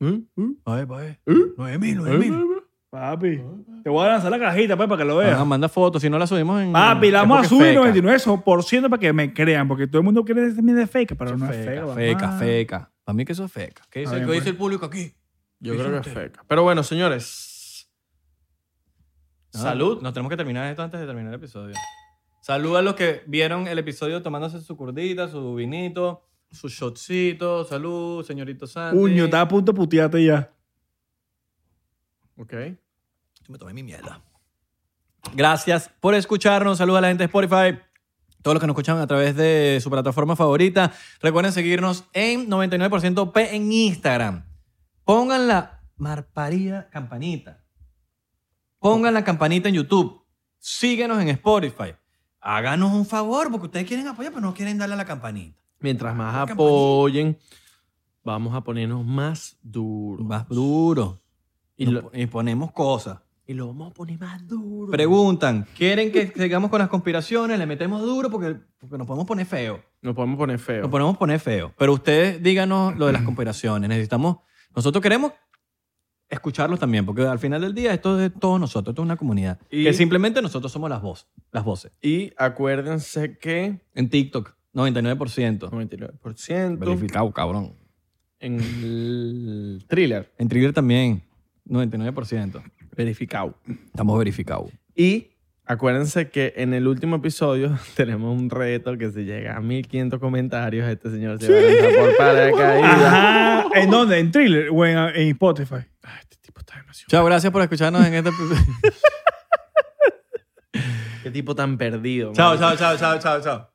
Speaker 2: ¿Mm? ¿Mm?
Speaker 3: A ver, para ver.
Speaker 2: ¿Eh?
Speaker 3: 9000,
Speaker 1: Papi, te voy a lanzar la cajita, pues, para que lo veas.
Speaker 3: Ajá, manda fotos, si no la subimos en.
Speaker 1: Papi, la vamos a
Speaker 3: es
Speaker 1: subir
Speaker 3: porque es
Speaker 1: 99% para que me crean, porque todo el mundo quiere decirme de fake, pero no
Speaker 3: feca.
Speaker 1: es fake.
Speaker 3: Feca,
Speaker 1: papá.
Speaker 3: feca, feca. Para mí que eso es feca. ¿Qué
Speaker 1: Ah,
Speaker 3: dice,
Speaker 1: bien,
Speaker 3: ¿qué
Speaker 1: pues.
Speaker 3: dice el público aquí?
Speaker 2: Yo
Speaker 3: ¿Qué
Speaker 2: creo que es
Speaker 3: hizo usted?
Speaker 2: feca. Pero bueno, señores.
Speaker 3: Nada,
Speaker 2: Salud.
Speaker 3: Ah. Nos tenemos que terminar esto antes de terminar el episodio. Salud a los que vieron el episodio tomándose su curdita, su vinito, su shotcito. Salud, señorito Santi.
Speaker 1: Uño, estaba a punto de putearte ya.
Speaker 2: Ok.
Speaker 3: Yo me tomé mi mierda. Gracias por escucharnos. Saludos a la gente de Spotify. Todos los que nos escuchan a través de su plataforma favorita. Recuerden seguirnos en 99% P en Instagram. Pongan la marparida campanita. Pongan la campanita en YouTube. Síguenos en Spotify. Háganos un favor porque ustedes quieren apoyar, pero no quieren darle a la campanita.
Speaker 2: Mientras más
Speaker 3: Campanita.
Speaker 2: apoyen, vamos a ponernos más duros.
Speaker 3: Más duro.
Speaker 2: Y
Speaker 3: Y,
Speaker 2: lo-
Speaker 3: ponemos cosas.
Speaker 2: Y
Speaker 5: y lo vamos a poner más duro.
Speaker 3: Preguntan, ¿quieren que sigamos con las conspiraciones? Le metemos duro porque, porque nos podemos poner feo.
Speaker 2: Nos podemos poner feo.
Speaker 3: Nos podemos poner feo. Pero ustedes díganos lo de las conspiraciones. Necesitamos, nosotros queremos escucharlos también, porque al final del día esto es de todos nosotros, esto es una comunidad.
Speaker 2: Y-
Speaker 3: Que simplemente nosotros somos las, voz, las voces.
Speaker 2: Y acuérdense que
Speaker 3: En TikTok, 99%.
Speaker 2: 99%
Speaker 6: Verificado, cabrón.
Speaker 2: en el thriller.
Speaker 3: En Trigger también, 99%.
Speaker 2: Verificado.
Speaker 3: Estamos verificados.
Speaker 2: Y acuérdense que en el último episodio tenemos un reto que si llega a 1500 comentarios, este señor se va a lanzar por paracaídas.
Speaker 1: Ajá. ¿En dónde? ¿En Thriller o en, en Spotify?
Speaker 3: Ah,
Speaker 2: Ay, Este tipo está demasiado.
Speaker 3: Chao, gracias por escucharnos en este...
Speaker 2: Qué tipo tan perdido.
Speaker 3: chao,
Speaker 2: marico.
Speaker 3: chao, chao, chao, chao, chao.